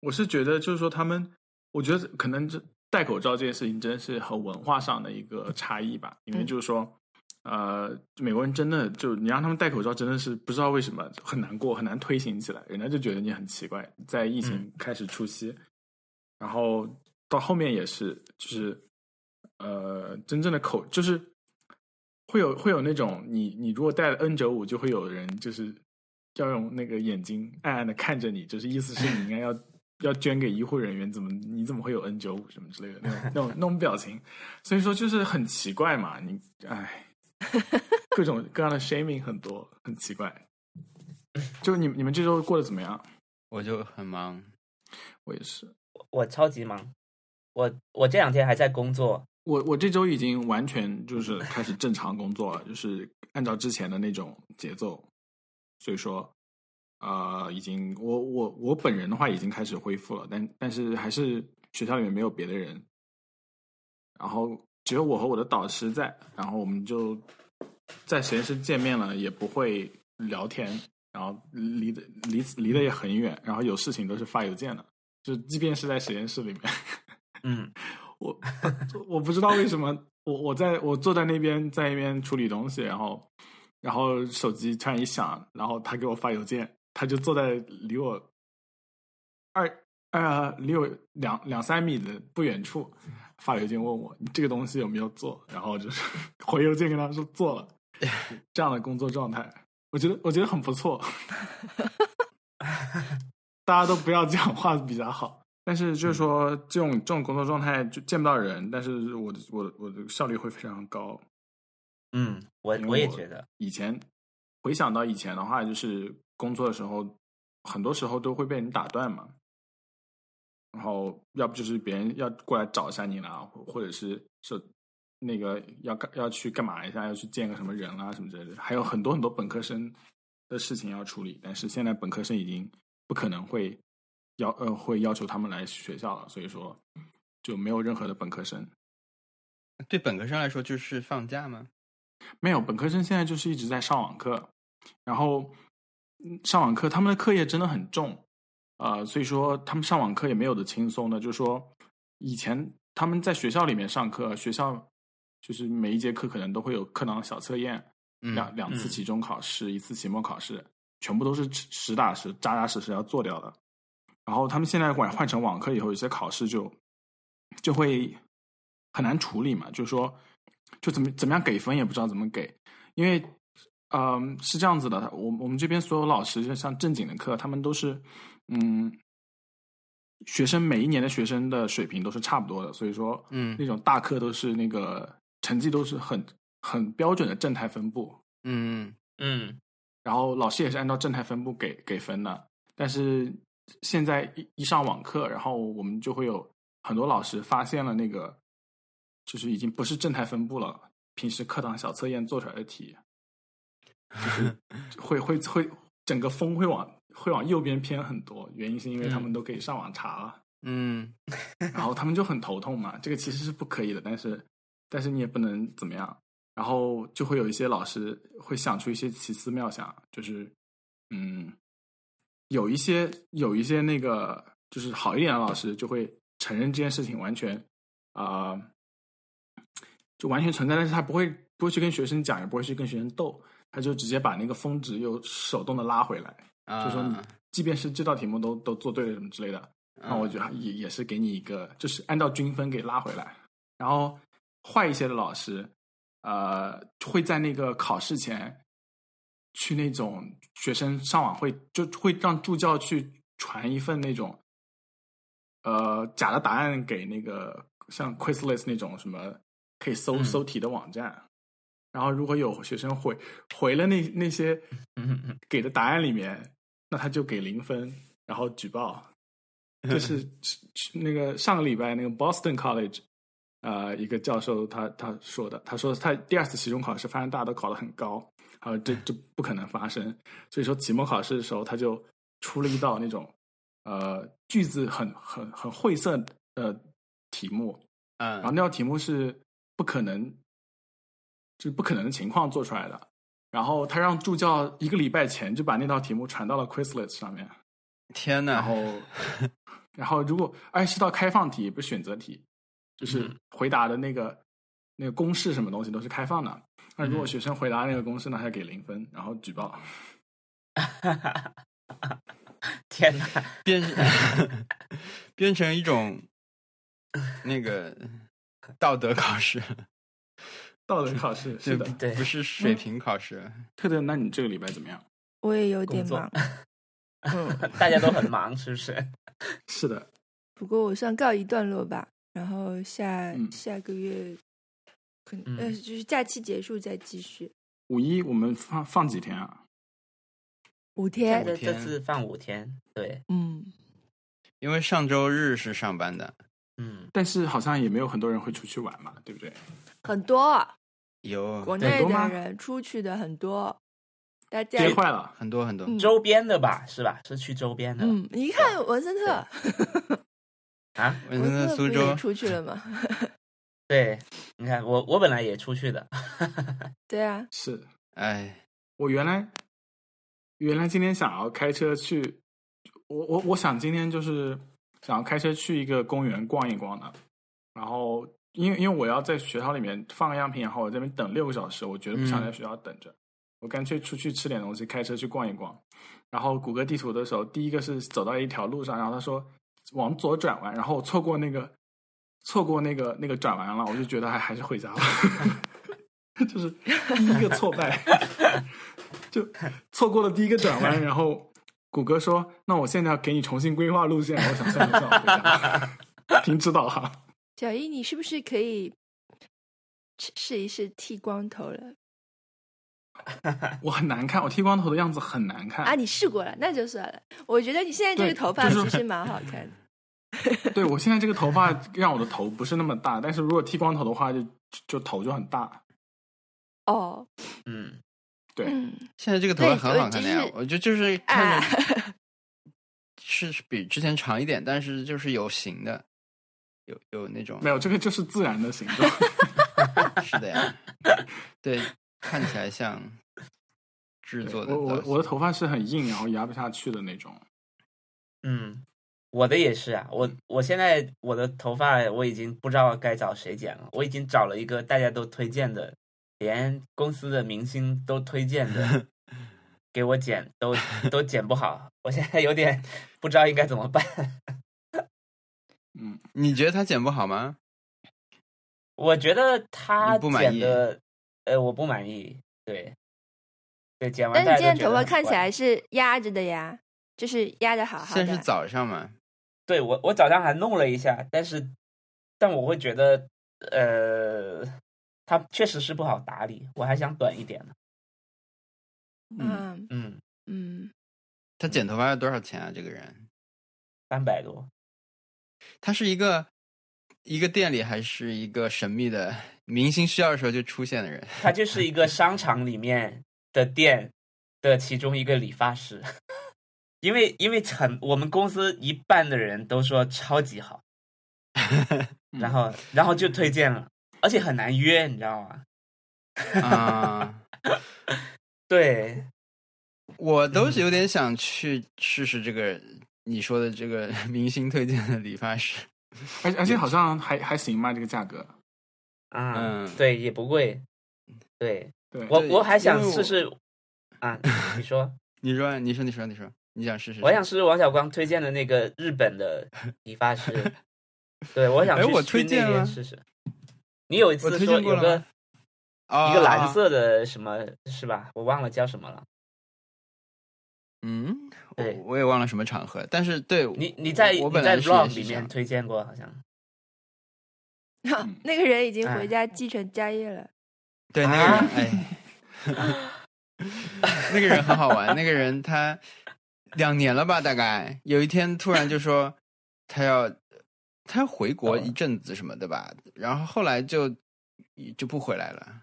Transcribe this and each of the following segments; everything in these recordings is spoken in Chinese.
我是觉得就是说他们，我觉得可能这戴口罩这件事情真的是和文化上的一个差异吧，因为嗯就是说，呃，美国人真的就你让他们戴口罩，真的是不知道为什么很难过，很难推行起来，人家就觉得你很奇怪。在疫情嗯开始初期，然后到后面也是，就是呃，真正的口就是会有会有那种你你如果戴了 N 九五，就会有人就是要用那个眼睛暗暗的看着你，就是意思是你应该 要要捐给医护人员，怎么你怎么会有 N 九五什么之类的那 种那种那种表情，所以说就是很奇怪嘛，你 唉，各种各样的 shaming 很多，很奇怪。就你你们这周过得怎么样？我就很忙，我也是，我超级忙，我我这两天还在工作，我我这周已经完全就是开始正常工作了，就是按照之前的那种节奏，所以说，呃，已经我我我本人的话已经开始恢复了，但但是还是学校里面没有别的人，然后只有我和我的导师在，然后我们就在实验室见面了，也不会聊天，然后离得离离得也很远，然后有事情都是发邮件的，就即便是在实验室里面。嗯，我我不知道为什么，我我在我坐在那边在那边处理东西，然后然后手机突然一响，然后他给我发邮件，他就坐在离我二呃离我两两三米的不远处发邮件问我你这个东西有没有做，然后就是 回邮件跟他说做了，这样的工作状态，我觉得我觉得很不错，大家都不要讲话比较好。但是就是说，这种这种工作状态就见不到人，但是我的我的我的效率会非常高。嗯，我因为我也我觉得，以前回想到以前的话，就是工作的时候，很多时候都会被人打断嘛。然后要不就是别人要过来找一下你啦，或或者是是那个要干要去干嘛一下，要去见个什么人啦、什么之类的，还有很多很多本科生的事情要处理。但是现在本科生已经不可能会要呃会要求他们来学校了，所以说就没有任何的本科生。对本科生来说就是放假吗？没有，本科生现在就是一直在上网课，然后嗯上网课他们的课业真的很重，呃，所以说他们上网课也没有的轻松的，就是说以前他们在学校里面上课，学校就是每一节课可能都会有课堂小测验，嗯，两两次嗯期中考试，一次期末考试，全部都是实实打实、扎扎实实要做掉的。然后他们现在换换成网课以后，有些考试就就会很难处理嘛，就是说，就怎么怎么样给分也不知道怎么给，因为嗯、是这样子的，我我们这边所有老师，就像正经的课，他们都是嗯，学生每一年的学生的水平都是差不多的，所以说嗯那种大课都是那个成绩都是很很标准的正态分布，嗯嗯嗯然后老师也是按照正态分布给给分的。但是现在一一上网课，然后我们就会有很多老师发现了那个，就是已经不是正态分布了，平时课堂小测验做出来的题，就是会会会整个风会往会往右边偏很多。原因是因为他们都可以上网查了， 嗯然后他们就很头痛嘛。这个其实是不可以的，但是但是你也不能怎么样。然后就会有一些老师会想出一些奇思妙想，就是嗯，有一些有一些那个就是好一点的老师就会承认这件事情完全啊、呃就完全存在，但是他不会不会去跟学生讲，也不会去跟学生斗，他就直接把那个峰值又手动的拉回来，啊，就说你即便是这道题目都都做对了什么之类的，那我嗯觉得也也是给你一个，就是按照均分给拉回来。然后坏一些的老师，呃，会在那个考试前去那种学生上网会，就会让助教去传一份那种呃假的答案给那个像 Quizlet 那种什么可以搜、嗯搜题的网站。然后如果有学生回回了那那些嗯嗯给的答案里面，那他就给零分，然后举报。就是去去那个上个礼拜那个 Boston College，呃，一个教授他他说的，他说他第二次期中考试发现大家都考得很高，啊，这这不可能发生，所以说期末考试的时候他就出了一道那种呃句子很很很晦涩的题目，嗯，然后那道题目是不可能，就是不可能的情况做出来的。然后他让助教 一个礼拜前就把那道题目传到了 Quizlet 上面，天呐，然后然后如果哎是道开放题，不是选择题，就是嗯回答的那个那个公式什么东西都是开放的。那如果嗯学生回答那个公式呢，还要给零分，然后举报。天哪，变变成一种那个道德考试，道德考 试是的，对不是水嗯平考试。特特，那你这个礼拜怎么样？我也有点工作忙，嗯 大家都很忙，是不是？是的，不过我算告一段落吧。然后下、嗯下个月可能、嗯呃，就是假期结束再继续五一我们放放几天啊？五这天。啊这这天次放五天，对，嗯，因为上周日是上班的，嗯，但是好像也没有很多人会出去玩嘛，对不对？很多有国内多吗的人出去的很多，大家憋坏了，很多很多。嗯周边的吧，是吧？是去周边的、嗯，你看文森特，啊？我文森在特苏不也州，出去了吗？ 对，你看我我本来也出去的，对啊，是哎，我原来原来今天想要开车去，我我我想今天就是想要开车去一个公园逛一逛的，然后因为因为我要在学校里面放个样品，然后我这边等六个小时，我觉得不想在嗯学校等着，我干脆出去吃点东西，开车去逛一逛。然后谷歌地图的时候，第一个是走到一条路上，然后他说往左转弯，然后我错过那个错过那个那个转弯了，我就觉得还还是回家吧， 就是第一个挫败，就错过了第一个转弯，然后谷歌说那我现在要给你重新规划路线，我想算了算了，回家，停指导哈。小一，你是不是可以试试一试剃光头了？我很难看，我剃光头的样子很难看啊，你试过了，那就算了。我觉得你现在这个对头发就其是实蛮好看的。对我现在这个头发让我的头不是那么大，但是如果剃光头的话就，就就头就很大。哦，嗯，对，嗯，现在这个头发对很好看的呀我就，是我觉得就是看哎着， 是比之前长一点，但是就是有型的，有有那种没有这个就是自然的形状。是 的呀，对，看起来像制作的我我造型我的头发是很硬，然后压不下去的那种。嗯，我的也是啊，我我现在我的头发我已经不知道该找谁剪了，我已经找了一个大家都推荐的，连公司的明星都推 荐的，给我剪都都剪不好，我现在有点不知道应该怎么办。嗯，你觉得他剪不好吗？我觉得他你不满剪意的，呃，我不满意，对，对，剪完但你大今家天都觉头得发很看起怪来是压着的呀，就是压的好好现在是的。早上嘛，对我，我早上还弄了一下，但是，但我会觉得，呃，它确实是不好打理，我还想短一点呢。嗯，嗯嗯，嗯，他剪头发要多少钱啊？这个人，三百多，他是一个一个店里还是一个神秘的明星需要的时候就出现的人？ 它就是一个商场里面的店的其中一个理发师，因为因为很我们公司一半的人都说超级好，然后然后就推荐了，而且很难约，你知道吗？啊、对，我都嗯是有点想去试试这个你说的这个 明星推荐的理发师。 而且而且好像还还行吧，这个价格。啊、嗯对，也不贵，嗯对对，我对我还想因为我试试 啊，你说。你说，你说，你说，你说，你想试试？我想试王小光推荐的那个日本的理发师， 对我想哎去我去推荐那边了试试。你有一我次推说荐过有了个吗？啊一个蓝，色的什么是吧？我忘了叫什么了。嗯，我对我也忘了什么场合，但是对你你在我你本在来是也 vlog 是里这样面推荐过好像。嗯 那个人已经哎回家继承家业了。对那个啊人，哎， 那个人很好玩。那个人他两年了吧，大概有一天突然就说他要他要回哦国一阵子什么的吧，然后后来就就不回来了。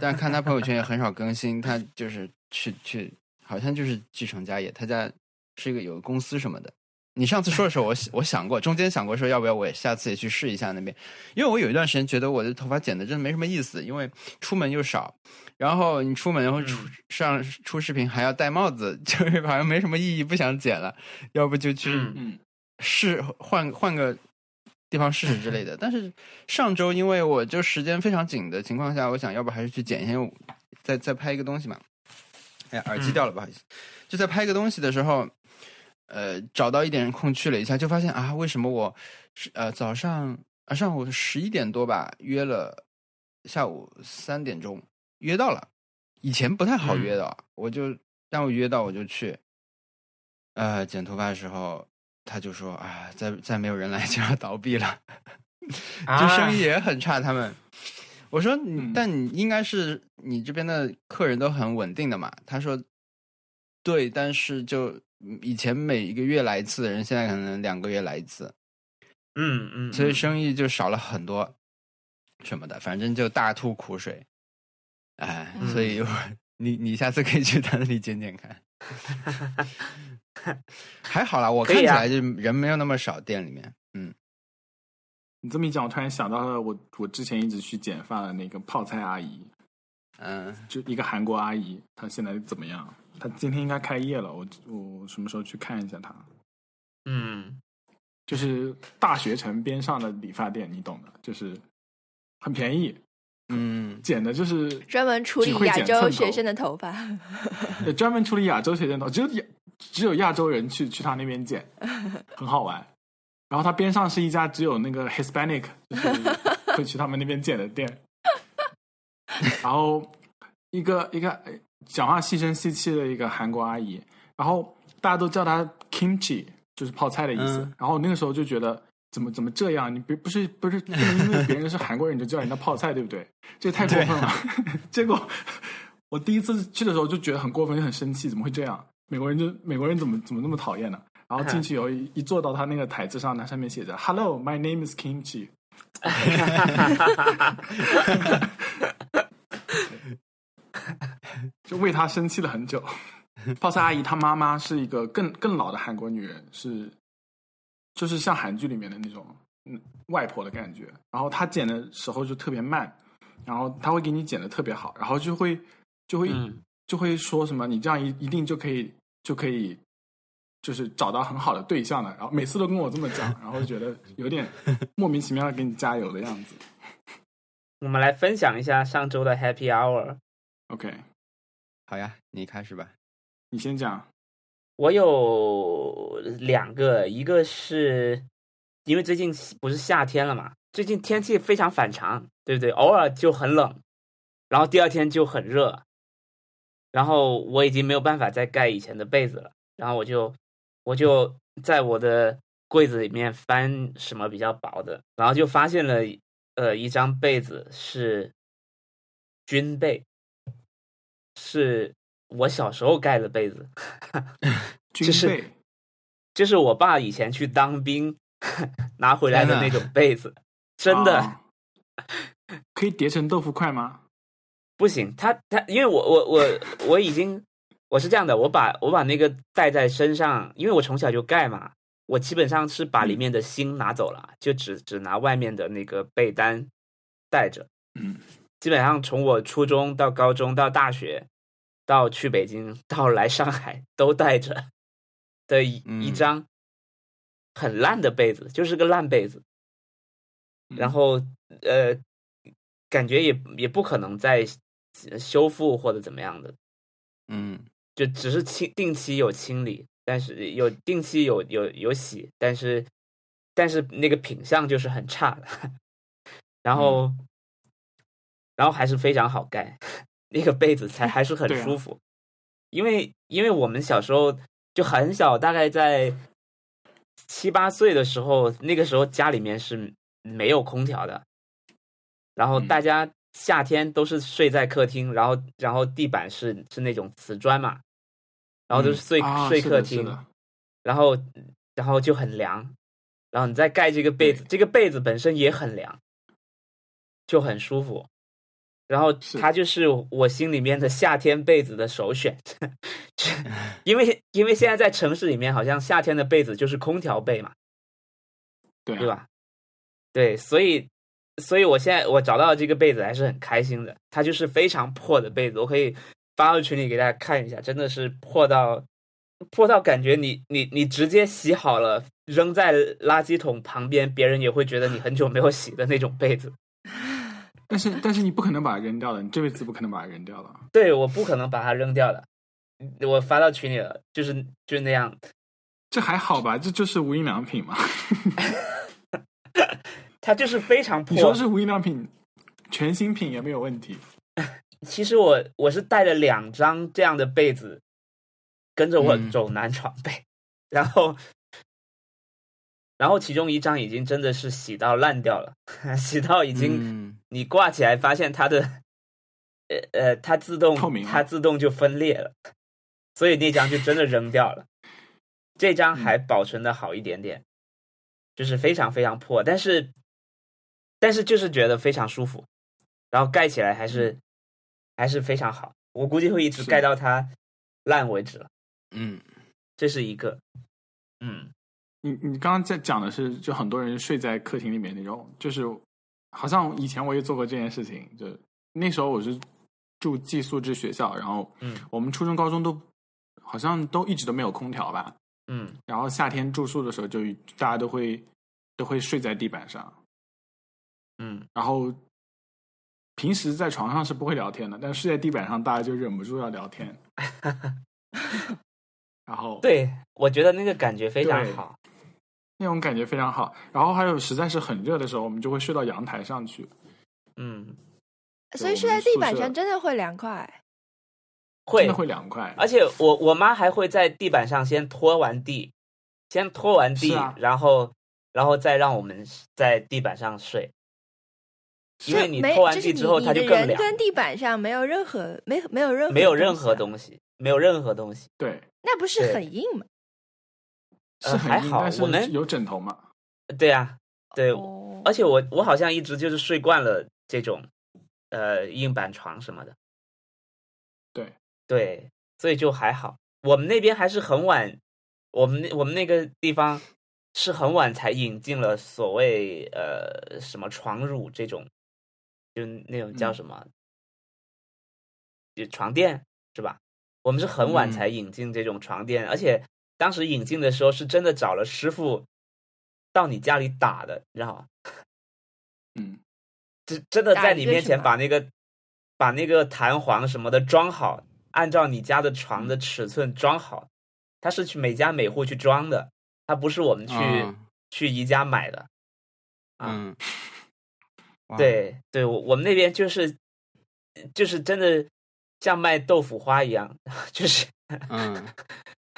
但看他朋友圈也很少更新，他就是去去，好像就是继承家业，他家是一个有个公司什么的。你上次说的时候，我我想过，中间想过说要不要我也下次也去试一下那边，因为我有一段时间觉得我的头发剪的真的没什么意思，因为出门又少，然后你出门然后出、上 出视频还要戴帽子，就是好像没什么意义，不想剪了。要不就去嗯嗯，试换换个地方试试之类的。但是上周因为我就时间非常紧的情况下，我想要不还是去剪一些，再再拍一个东西嘛。哎呀，耳机掉了，不好意思。就在拍个东西的时候，呃，找到一点空去了一下，就发现啊，为什么我是呃早上啊上午十一点多吧约了，下午三点钟约到了，以前不太好约的，我就让我约到我就去，呃，剪头发的时候他就说啊，再再没有人来就要倒闭了，啊就生意也很差，他们。我说你嗯，但你应该是你这边的客人都很稳定的嘛？他说，对，但是就嗯以前每一个月来一次的人，现在可能两个月来一次，嗯嗯，所以嗯生意就少了很多，什么的，反正就大吐苦水。哎，嗯所以我你你下次可以去他那里剪剪看， 还好啦，我可看以起啊来就人没有那么少，店里面，嗯，你这么一讲，我突然想到了我我之前一直去剪发的那个泡菜阿姨，嗯，就一个韩国阿姨，她现在怎么样？她今天应该开业了，我我什么时候去看一下她？嗯就是大学城边上的理发店，你懂的，就是很便宜，嗯，剪的就是专门处理只会亚剪洲寸学头生的头发。对专门处理亚洲学生头，只有亚只有亚洲人去去他那边剪，很好玩。然后他边上是一家只有那个 Hispanic 就是会去他们那边剪的店，然后一个一个呃讲话细声细气的一个韩国阿姨，然后大家都叫她 kimchi，就是泡菜的意思。嗯然后那个时候就觉得怎么怎么这样？你别不是不是不能因为别人是韩国人你就叫人家泡菜，对不对？这也太过分了。 结果我第一次去的时候就觉得很过分，就很生气，怎么会这样？美国人就美国人怎么怎么那么讨厌呢、然后进去以后一一坐到他那个台子上，它上面写着 “Hello, my name is Kimchi”，就为他生气了很久。泡菜阿姨她妈妈是一个更更老的韩国女人，是就是像韩剧里面的那种嗯外婆的感觉。然后她剪的时候就特别慢，然后她会给你剪的特别好，然后就会就会、嗯就会说什么你这样一一定就可以就可以就是找到很好的对象了。然后每次都跟我这么讲，然后就觉得有点莫名其妙的给你加油的样子。我们来分享一下上周的 Happy Hour。 OK，好呀，你开始吧，你先讲。我有两个，一个是因为最近不是夏天了嘛，最近天气非常反常，对不对？偶尔就很冷，然后第二天就很热，然后我已经没有办法再盖以前的被子了，然后我就我就在我的柜子里面翻什么比较薄的，然后就发现了呃一张被子是军被，是我小时候盖的被子。军就是备就是我爸以前去当兵拿回来的那天哪种被子，真的、啊可以叠成豆腐块吗？不行。他他，因为我我我我已经我是这样的，我把我把那个带在身上，因为我从小就盖嘛，我基本上是把里面的芯拿走了，就只只拿外面的那个被单带着。嗯，基本上从我初中到高中到大学，到去北京到来上海都带着的一嗯一张很烂的被子，就是个烂被子。然后呃，感觉也也不可能再呃修复或者怎么样的，嗯。就只是清定期有清理，但是有定期有有有洗，但是但是那个品相就是很差的，然后、嗯然后还是非常好盖，那个被子 才还是很对啊舒服，因为因为我们小时候就很小，大概在七八岁的时候，那个时候家里面是没有空调的，然后嗯大家夏天都是睡在客厅，然后然后地板是是那种瓷砖嘛，然后都是睡、啊睡是客的是厅，的然后然后就很凉，然后你再盖这个被子，这个被子本身也很凉，就很舒服。然后是它就是我心里面的夏天被子的首选， 因为因为现在在城市里面，好像夏天的被子就是空调被嘛，对对啊吧？对，所以，所以我现在我找到这个被子还是很开心的。它就是非常破的被子，我可以发到群里给大家看一下，真的是破到破到感觉你你你直接洗好了扔在垃圾桶旁边，别人也会觉得你很久没有洗的那种被子。但是但是你不可能把它扔掉的，你这辈子不可能把它扔掉了。对，我不可能把它扔掉的。我发到群里了，就是就是那样。这还好吧？这就是无印良品嘛。 它就是非常破。你说是无印良品，全新品也没有问题。其实我我是带了两张这样的被子，跟着我走南闯北，然后然后其中一张已经真的是洗到烂掉了， 洗到已经、嗯你挂起来发现它的呃呃它自动透明了它自动就分裂了，所以那张就真的扔掉了。这张还嗯保存的好一点点，就是非常非常破，但是但是就是觉得非常舒服，然后盖起来还是、还是非常好，我估计会一直嗯是盖到它烂为止了。嗯，这是一个，嗯，你你刚刚在讲的是，就很多人睡在客厅里面那种，就是好像以前我也做过这件事情。就那时候我是住寄宿制学校，然后嗯我们初中、高中都好像都一直都没有空调吧。嗯然后夏天住宿的时候就，大家都会都会睡在地板上，嗯，然后平时在床上是不会聊天的，但是睡在地板上，大家就忍不住要聊天。然后对，我觉得那个感觉非常对好，那种感觉非常好。然后还有实在是很热的时候，我们就会睡到阳台上去。嗯， 所以我睡们在地宿板舍上真的会凉快。啊真会的会凉快。而且我我妈还会在地板上先拖完地，先拖完地，是啊然后然后再让我们在地板上睡，因为这你没拖完就是地你之后你它的就更人凉跟地板上没有任何没没有任何没有任东西何啊东西，没有任何东西。对，那不是对很硬吗？是呃还很硬，好但我们是有枕头嘛。对啊，对，哦而且我我好像一直就是睡惯了这种呃硬板床什么的。对对，所以就还好。我们那边还是很晚，我们那我们那个地方是很晚才引进了所谓呃什么床褥这种，就那种叫嗯什么，就床垫是吧？我们是很晚才嗯引进这种床垫，而且当时引进的时候是真的找了师傅到你家里打的，你知道吗？嗯，真真的打在一你个面什前么把那个把那个弹簧什么的装好，按照你家的嗯床的尺寸装好。他是去每家每户去装的，他不是我们去、啊去宜家买的。啊嗯，哇，对对，我我们那边就是就是真的像卖豆腐花一样， 就是嗯，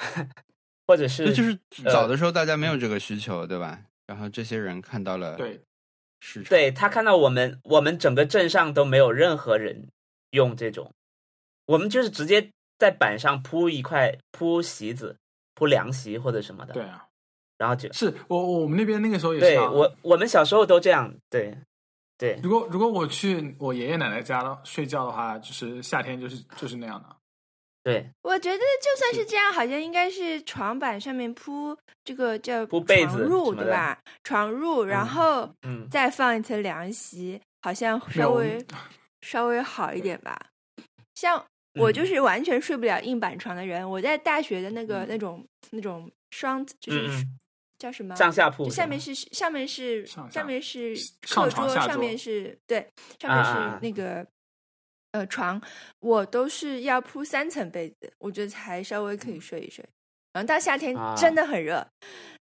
或者是那就是呃早的时候大家没有这个需求，对吧？然后这些人看到了对，市场，对他看到我们，我们整个镇上都没有任何人用这种，我们就是直接在板上铺一块铺席子、铺凉席或者什么的，对啊，然后就是我我我们那边那个时候也是、对啊。我我们小时候都这样，对对，如果如果我去我爷爷奶奶家了睡觉的话，就是夏天就是就是那样的。对，我觉得就算是这样，好像应该是床板上面铺这个叫铺被子床什褥么的对吧？床褥，然后嗯，再放一层凉席，好像没稍有微稍微好一点吧。像我就是完全睡不了硬板床的人，我在大学的那个那种那种双就是嗯嗯叫什么上下铺就是下吧面是上面是上下上面是上课床桌，下桌上面是对，上面啊啊啊是那个、呃床，我都是要铺三层被子，我觉得才稍微可以睡一睡。然后到夏天啊真的很热，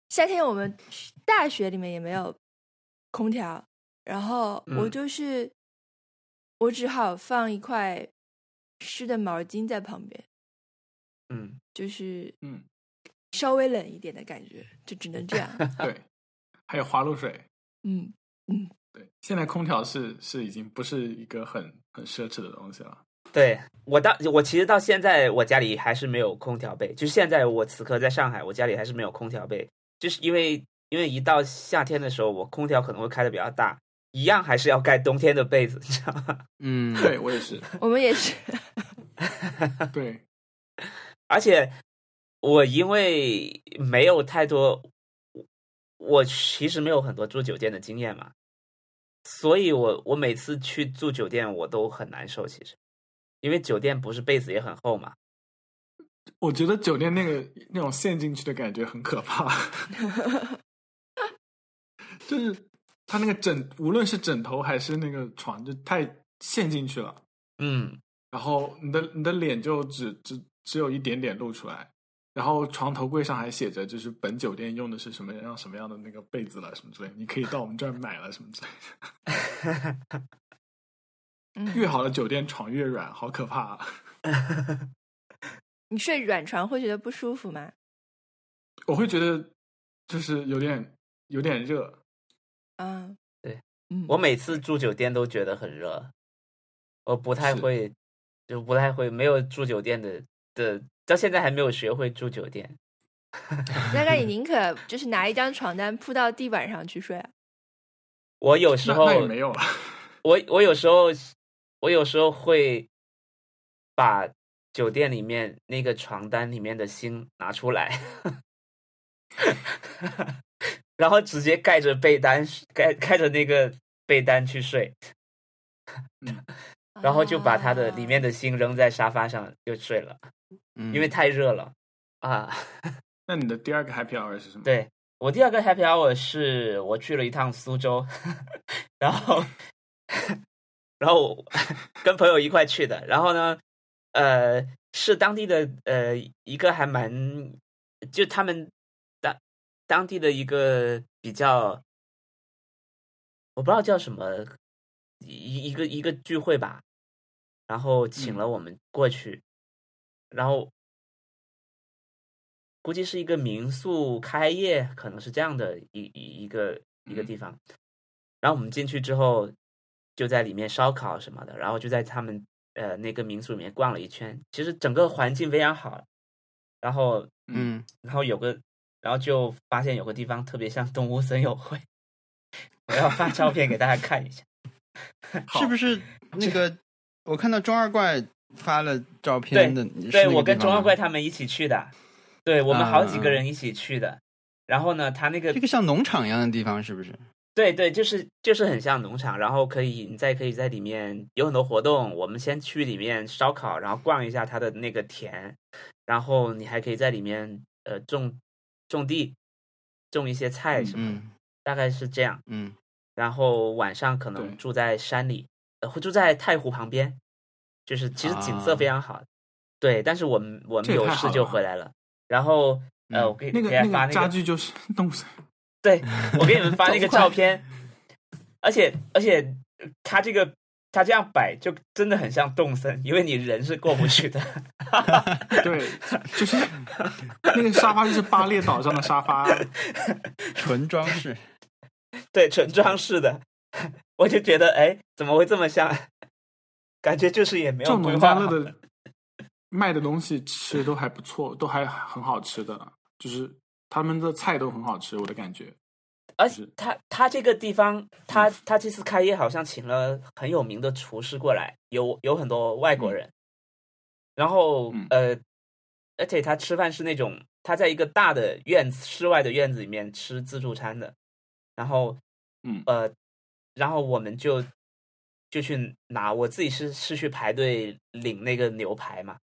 夏天我们大学里面也没有空调，然后我嗯就是、我只好放一块湿的毛巾在旁边，嗯，就是嗯，稍微冷一点的感觉，就只能这样。对，还有花露水。嗯，对，现在空调是是已经不是一个很很奢侈的东西了。对我到我其实到现在我家里还是没有空调被，就现在我此刻在上海，我家里还是没有空调被，就是因为因为一到夏天的时候，我空调可能会开的比较大，一样还是要盖冬天的被子，你知道吗？嗯，对我也是，我们也是。对，而且我因为没有太多，我我其实没有很多住酒店的经验嘛，所以我我每次去住酒店我都很难受，其实，因为酒店不是被子也很厚嘛，我觉得酒店那个那种陷进去的感觉很可怕，就是他那个枕，无论是枕头还是那个床，就太陷进去了，嗯， 然后你的你的脸就只只只有一点点露出来，然后床头柜上还写着就是本酒店用的是什么样什么样的那个被子了什么之类的，你可以到我们这儿买了什么之类的。越嗯，好的酒店床越软，好可怕、啊。你睡软床会觉得不舒服吗？我会觉得就是有点有点热，嗯，对，嗯，我每次住酒店都觉得很热，我不太是会，就不太会，没有住酒店的的，到现在还没有学会住酒店。大概你宁可就是拿一张床单铺到地板上去睡啊。我有时那 候那也没有了。我我有时候我有时候会把酒店里面那个床单里面的芯拿出来， 然后直接盖着被单盖盖着那个被单去睡， 然后就把它的哦里面的芯扔在沙发上就睡了，嗯因为太热了啊。那你的第二个 happy hour 是什么？，对我第二个 happy hour 是我去了一趟苏州， 然后 然后我跟朋友一块去的，然后呢，呃，是当地的呃一个还蛮就他们当当地的一个比较，我不知道叫什么一一个一个聚会吧，然后嗯请了我们过去，然后估计是一个民宿开业，可能是这样的一一一个一个嗯地方。然后我们进去之后，就在里面烧烤什么的，然后就在他们呃那个民宿里面逛了一圈。其实整个环境非常好，然后嗯然后有个，然后就发现有个地方特别像动物森友会， 我要发照片给大家看一下。好是不是那个我看到钟二怪发了照片的？是对那个我跟地钟方二吗怪他们一起去的，对我们啊好几个啊人一起去的。然后呢，他那个这个像农场一样的地方，是不是？对对，就是就是很像农场，然后可以你再可以在里面有很多活动。我们先去里面烧烤，然后逛一下它的那个田，然后你还可以在里面呃种种地，种一些菜什么的，嗯大概是这样。 嗯然后晚上可能对住在山里，呃，会住在太湖旁边，就是其实景色非啊常好。对，但是我们我这们也有太事好就了回来了。然后嗯呃，我给那个给大家发那个那个家具就是动物森对 我给你们发那个走快照片，而且而且呃它这个它这样摆就真的很像动森，因为你人是过不 去的。对，就是那个沙发就是巴列岛上的沙 发，纯装饰。对，纯装饰的， 我就觉得哎，怎么会这么像？感觉就是也没这有种规农划家好。乐的卖的东西吃都还不错，都还很好吃的，就是他们的菜都很好吃，我的感觉。而是嗯且他他这个地方，他他这次开业好像请了很有名的厨师过来，有有很多外国人，然后嗯呃，而且他吃饭是那种他在一个大的院子室外的院子里面吃自助餐的，然后嗯，呃，然后我们就就去拿，我自己是是去排队领那个牛排嘛，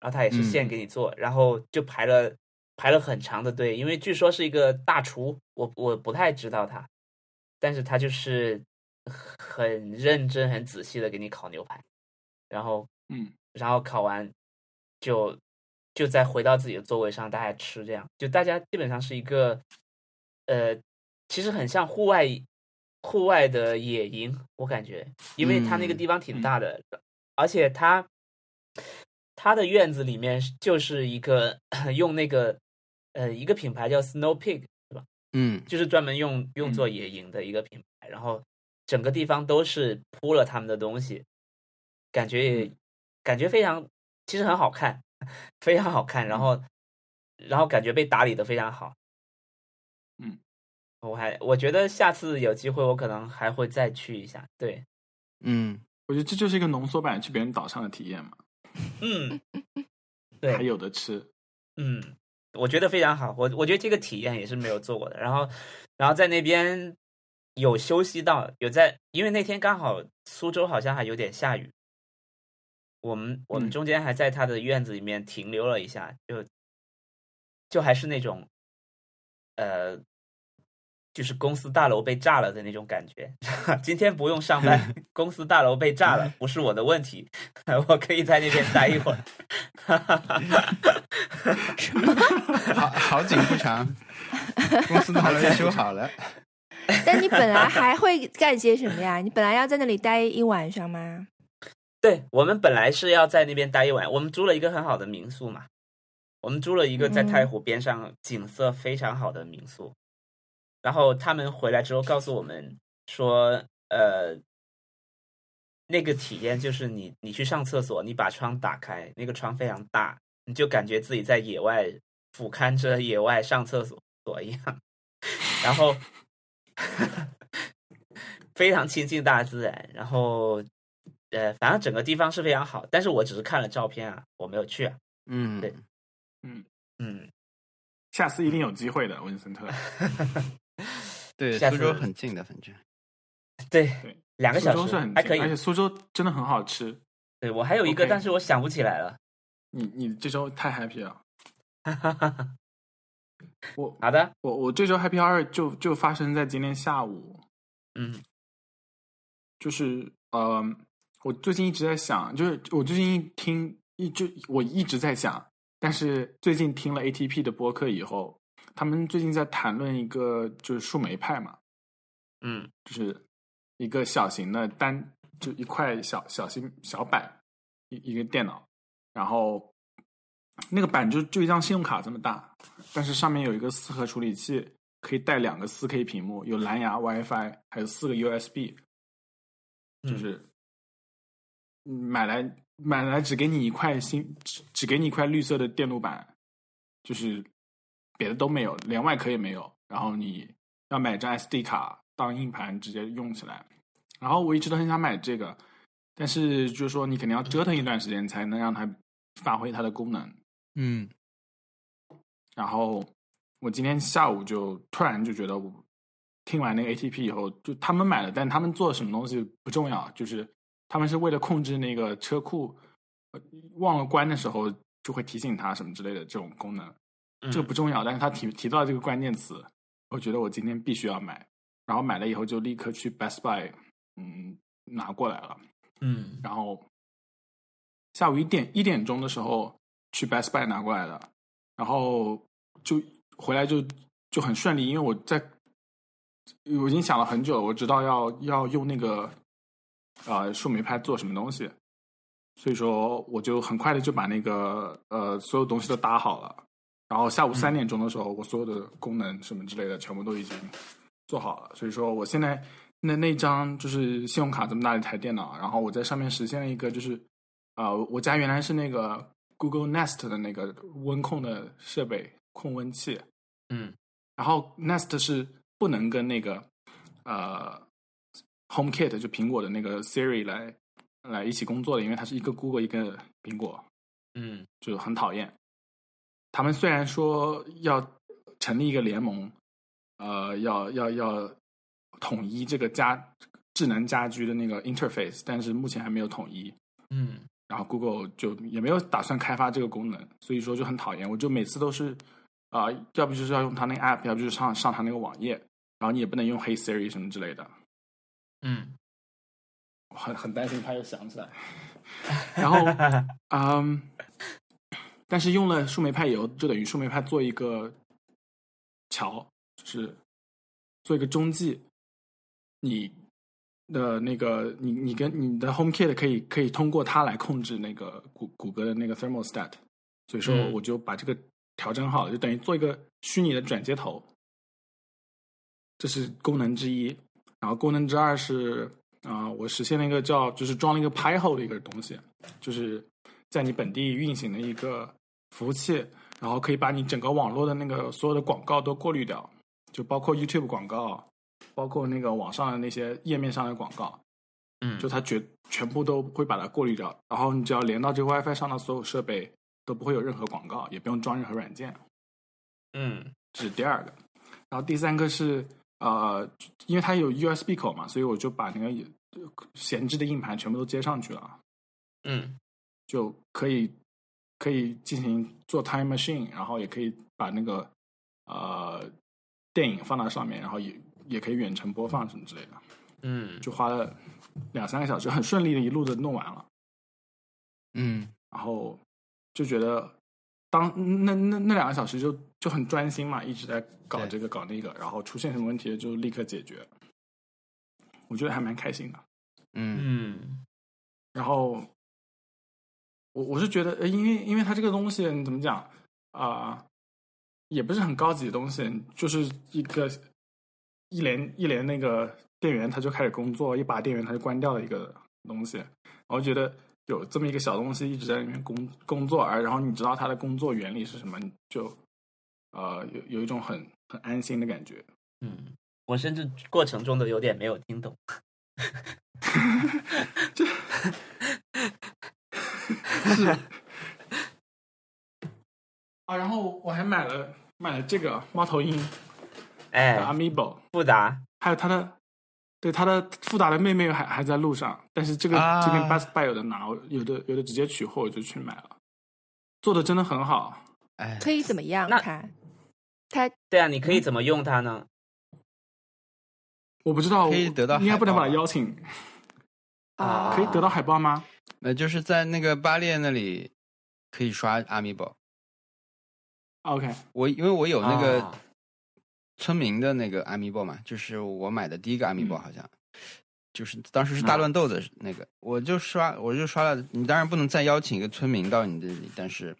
然后他也是现嗯给你做，然后就排了排了很长的队，因为据说是一个大厨，我我不太知道他，但是他就是很认真、很仔细的给你烤牛排，然后嗯，然后烤完就就再回到自己的座位上，大家吃这样，就大家基本上是一个呃，其实很像户外户外的野营，我感觉，因为它那个嗯地方挺大的，而且它它的院子里面是就是一个 用那个呃一个品牌叫 Snow Pig， 嗯就是专门用用做野营的一个品牌，然后整个地方都是铺了他们的东西，感觉也、感觉非常，其实很好看， 非常好看，然后然后感觉被打理的非常好，嗯，我还我觉得下次有机会我可能还会再去一下，对，嗯，我觉得这就是一个浓缩版去别人岛上的体验嘛，嗯，还对，有的吃。嗯，我觉得非常好，我我觉得这个体验也是没有做过的，然后然后在那边有休息到，有在，因为那天刚好苏州好像还有点下雨，我们我们嗯中间还在他的院子里面停留了一下，就就还是那种，呃，就是公司大楼被炸了的那种感觉。 今天不用上班，公司大楼被炸了，不是我的问题， 我可以在那边待一会儿。好好景不 长，公司大楼也修好了，但你本来还会干些什么呀？你本来要在那里待一晚上吗？对我们本来是要在那边待一晚，我们租了一个很好的民宿嘛，我们租了一个在太湖边上景色非常好的民宿，然后他们回来之后告诉我们说，呃，那个体验就是你你去上厕所，你把窗打开，那个窗非常大，你就感觉自己在野外俯瞰着野外上厕所一样， 然后非常亲近大自然，然后呃，反正整个地方是非常好，但是我只是看了照片啊，我没有去啊。 嗯，对嗯，下次一定有机会的，温森 特。对，下苏州次很近的，反正对，对两个苏小州是时很还可以近而。且苏州真的很好吃。对我还有一个 OK 但是我想不起来了。你你这周太 happy 了，我好的，我我这周 happy 二就就发生在今天下午，嗯就是呃，我最近一直在想，就是我最近一听一就我一直在想，但是最近听了 ATP 的播客以后，他们最近在谈论一个就是树莓派嘛，嗯就是一个小型的单，就一块小小型小板，一一个电脑，然后那个板就就一张信用卡这么大，但是上面有一个四核处理器，可以带两个四 K 屏幕，有蓝牙、WiFi，还有四个 USB，就是嗯买来买来只给你一块新，只只给你一块绿色的电路板，就是别的都没有，连外壳也没有。然后你要买张 SD 卡当硬盘直接用起来。然后我一直都很想买这个，但是就是说你肯定要折腾一段时间才能让它发挥它的功能。嗯然后我今天下午就突然就觉得，我听完那个 ATP 以后，就他们买了，但他们做什么东西不重要，就是他们是为了控制那个车库，呃忘了关的时候就会提醒他什么之类的这种功能，嗯，这个不重要，但是他提提到这个关键词，我觉得我今天必须要买，然后买了以后就立刻去 Best Buy，嗯，拿过来了。嗯然后下午一点一点钟的时候去 Best Buy 拿过来的，然后就回来就就很顺利，因为我在我已经想了很久了，我知道要要用那个呃树莓派做什么东西，所以说我就很快的就把那个呃所有东西都搭好了，然后下午三点钟的时候，我所有的功能什么之类的全部都已经做好了，所以说我现在那那张就是信用卡这么大的一台电脑，然后我在上面实现了一个就是，呃，我家原来是那个 Google Nest 的那个温控的设备控温器，嗯然后 Nest 是不能跟那个呃 HomeKit 就苹果的那个 Siri 来来一起工作的，因为它是一个 Google 一个苹果，嗯就很讨厌。他们虽然说要成立一个联盟，呃，要要要统一这个家智能家居的那个 interface，但是目前还没有统一。嗯然后 Google 就也没有打算开发这个功能，所以说就很讨厌。我就每次都是啊、要不就是要用它那个 app，要不就是上上它那个网页，然后你也不能用 Hey Siri 什么之类的。嗯我很很担心它又想起来。 然后，嗯，但是用了树莓派以后，就等于树莓派做一个桥，就是做一个中继。你的那个，你你跟你的 HomeKit 可以可以通过它来控制那个谷谷歌的那个 thermostat，所以说嗯我就把这个调整好了，就等于做一个虚拟的转接头。这是功能之一，然后功能之二是啊、我实现了一个叫就是装了一个 PyHole 的一个东西，就是在你本地运行的一个服务器，然后可以把你整个网络的那个所有的广告都过滤掉，就包括 YouTube 广告，包括那个网上的那些页面上的广告，嗯，就它全全部都会把它过滤掉，然后你只要连到这个 WiFi 上的所有设备都不会有任何广告，也不用装任何软件。嗯这是第二个。然后第三个是呃，因为它有 USB 口嘛，所以我就把那个闲置的硬盘全部都接上去了。嗯就可以可以进行做 time machine，然后也可以把那个呃电影放到上面，然后也也可以远程播放什么之类的，嗯，就花了两三个小时，很顺利的一路的弄完了，嗯然后就觉得当那那那两个小时就就很专心嘛，一直在搞对这个搞那个，然后出现什么问题就立刻解决，我觉得还蛮开心的。嗯嗯然后我我是觉得，呃因为因为它这个东西你怎么讲啊、也不是很高级的东西，就是一个一连一连那个电源它就开始工作，一拔电源它就关掉的一个东西。我觉得有这么一个小东西一直在里面工工作，而然后你知道它的工作原理是什么，你就呃有有一种很很安心的感觉。嗯，我甚至过程中都有点没有听懂。啊，然后我还买了买了这个猫头鹰的哎， Amiibo。不答，还有他的，对他的富达的妹妹还还在路上，但是这个、啊这边 Best Buy 有的拿，我有的有的直接取货，我就去买了，做的真的很好。哎，可以怎么样？那它它对啊，你嗯可以怎么用它呢？我不知道，可以得到应该不能海把报他邀请，啊可以得到海报吗？那就是在那个巴列那里可以刷 Amiibo。啊 OK，我因为我有那个啊村民的那个 Amiibo 嘛，就是我买的第一个 Amiibo 嗯好像。就是当时是大乱斗的那个，我就刷，我就刷了。你当然不能再邀请一个村民到你这里，但是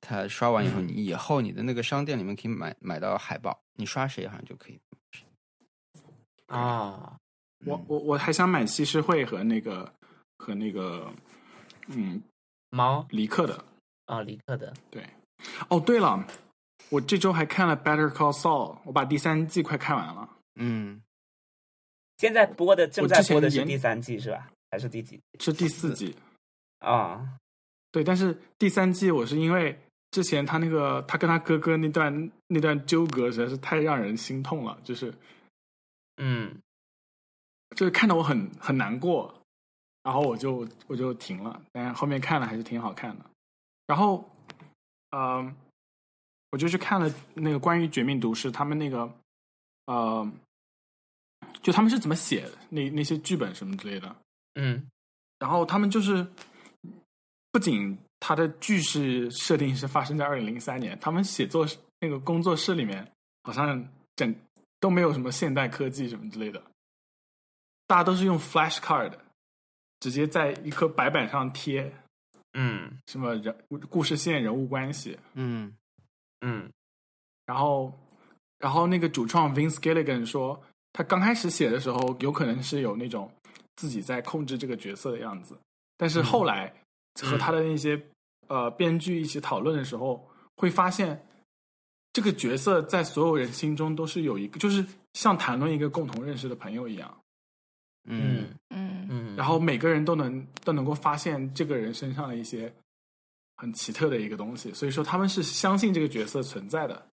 他刷完以后，你以后你的那个商店里面可以买买到海报，你刷谁好像就可以。啊，我嗯我我还想买西施惠和那个和那个嗯猫黎克的。哦，离克的，哦，对了，我这周还看了《Better Call Saul》，我把第三季快看完了。嗯，现在播的正我在之前播的是研第三季是吧？还是第几季？是第四季，啊，对，但是第三季我是因为之前他那个他跟他哥哥那段那段纠葛实在是太让人心痛了，就是嗯就是看得我很很难过，然后我就我就停了，但是后面看了还是挺好看的。然后，嗯、我就去看了那个关于《绝命毒师》他们那个，呃，就他们是怎么写的那那些剧本什么之类的，嗯然后他们就是不仅他的剧是设定是发生在二零零三年，他们写作室那个工作室里面好像整都没有什么现代科技什么之类的，大家都是用 flash card，直接在一颗白板上贴嗯什么人故事线、人物关系，嗯嗯然后，然后那个主创 Vince Gilligan 说，他刚开始写的时候，有可能是有那种自己在控制这个角色的样子，但是后来和他的那些、呃编剧一起讨论的时候，会发现这个角色在所有人心中都是有一个，就是像谈论一个共同认识的朋友一样，嗯嗯嗯，然后每个人都能都能够发现这个人身上的一些很奇特的一个东西，所以说他们是相信这个角色存在的，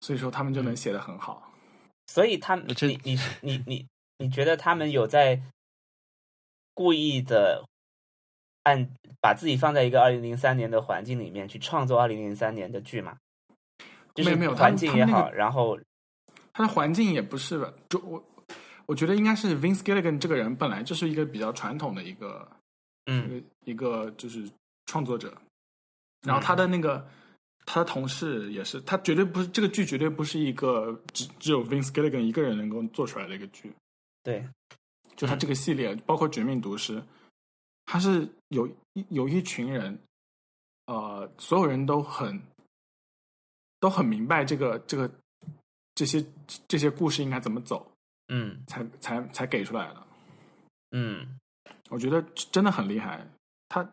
所以说他们就能写得很好。所以他们，这你你你你你觉得他们有在故意的按把自己放在一个二零零三年的环境里面去创作二零零三年的剧吗？就是没有没有他们环境也他们好，那然后他的环境也不是吧，就我我觉得应该是 Vince Gilligan 这个人本来就是一个比较传统的一个嗯一个就是创作者，然后他的那个、他的同事也是，他绝对不是这个剧绝对不是一个只只有 Vince Gilligan 一个人能够做出来的一个剧，对，就他这个系列，包括《绝命毒师》，他是有一有一群人，呃，所有人都很都很明白这个这个这些这些故事应该怎么走，嗯才才才给出来的。嗯 我觉得真的很厉害。他，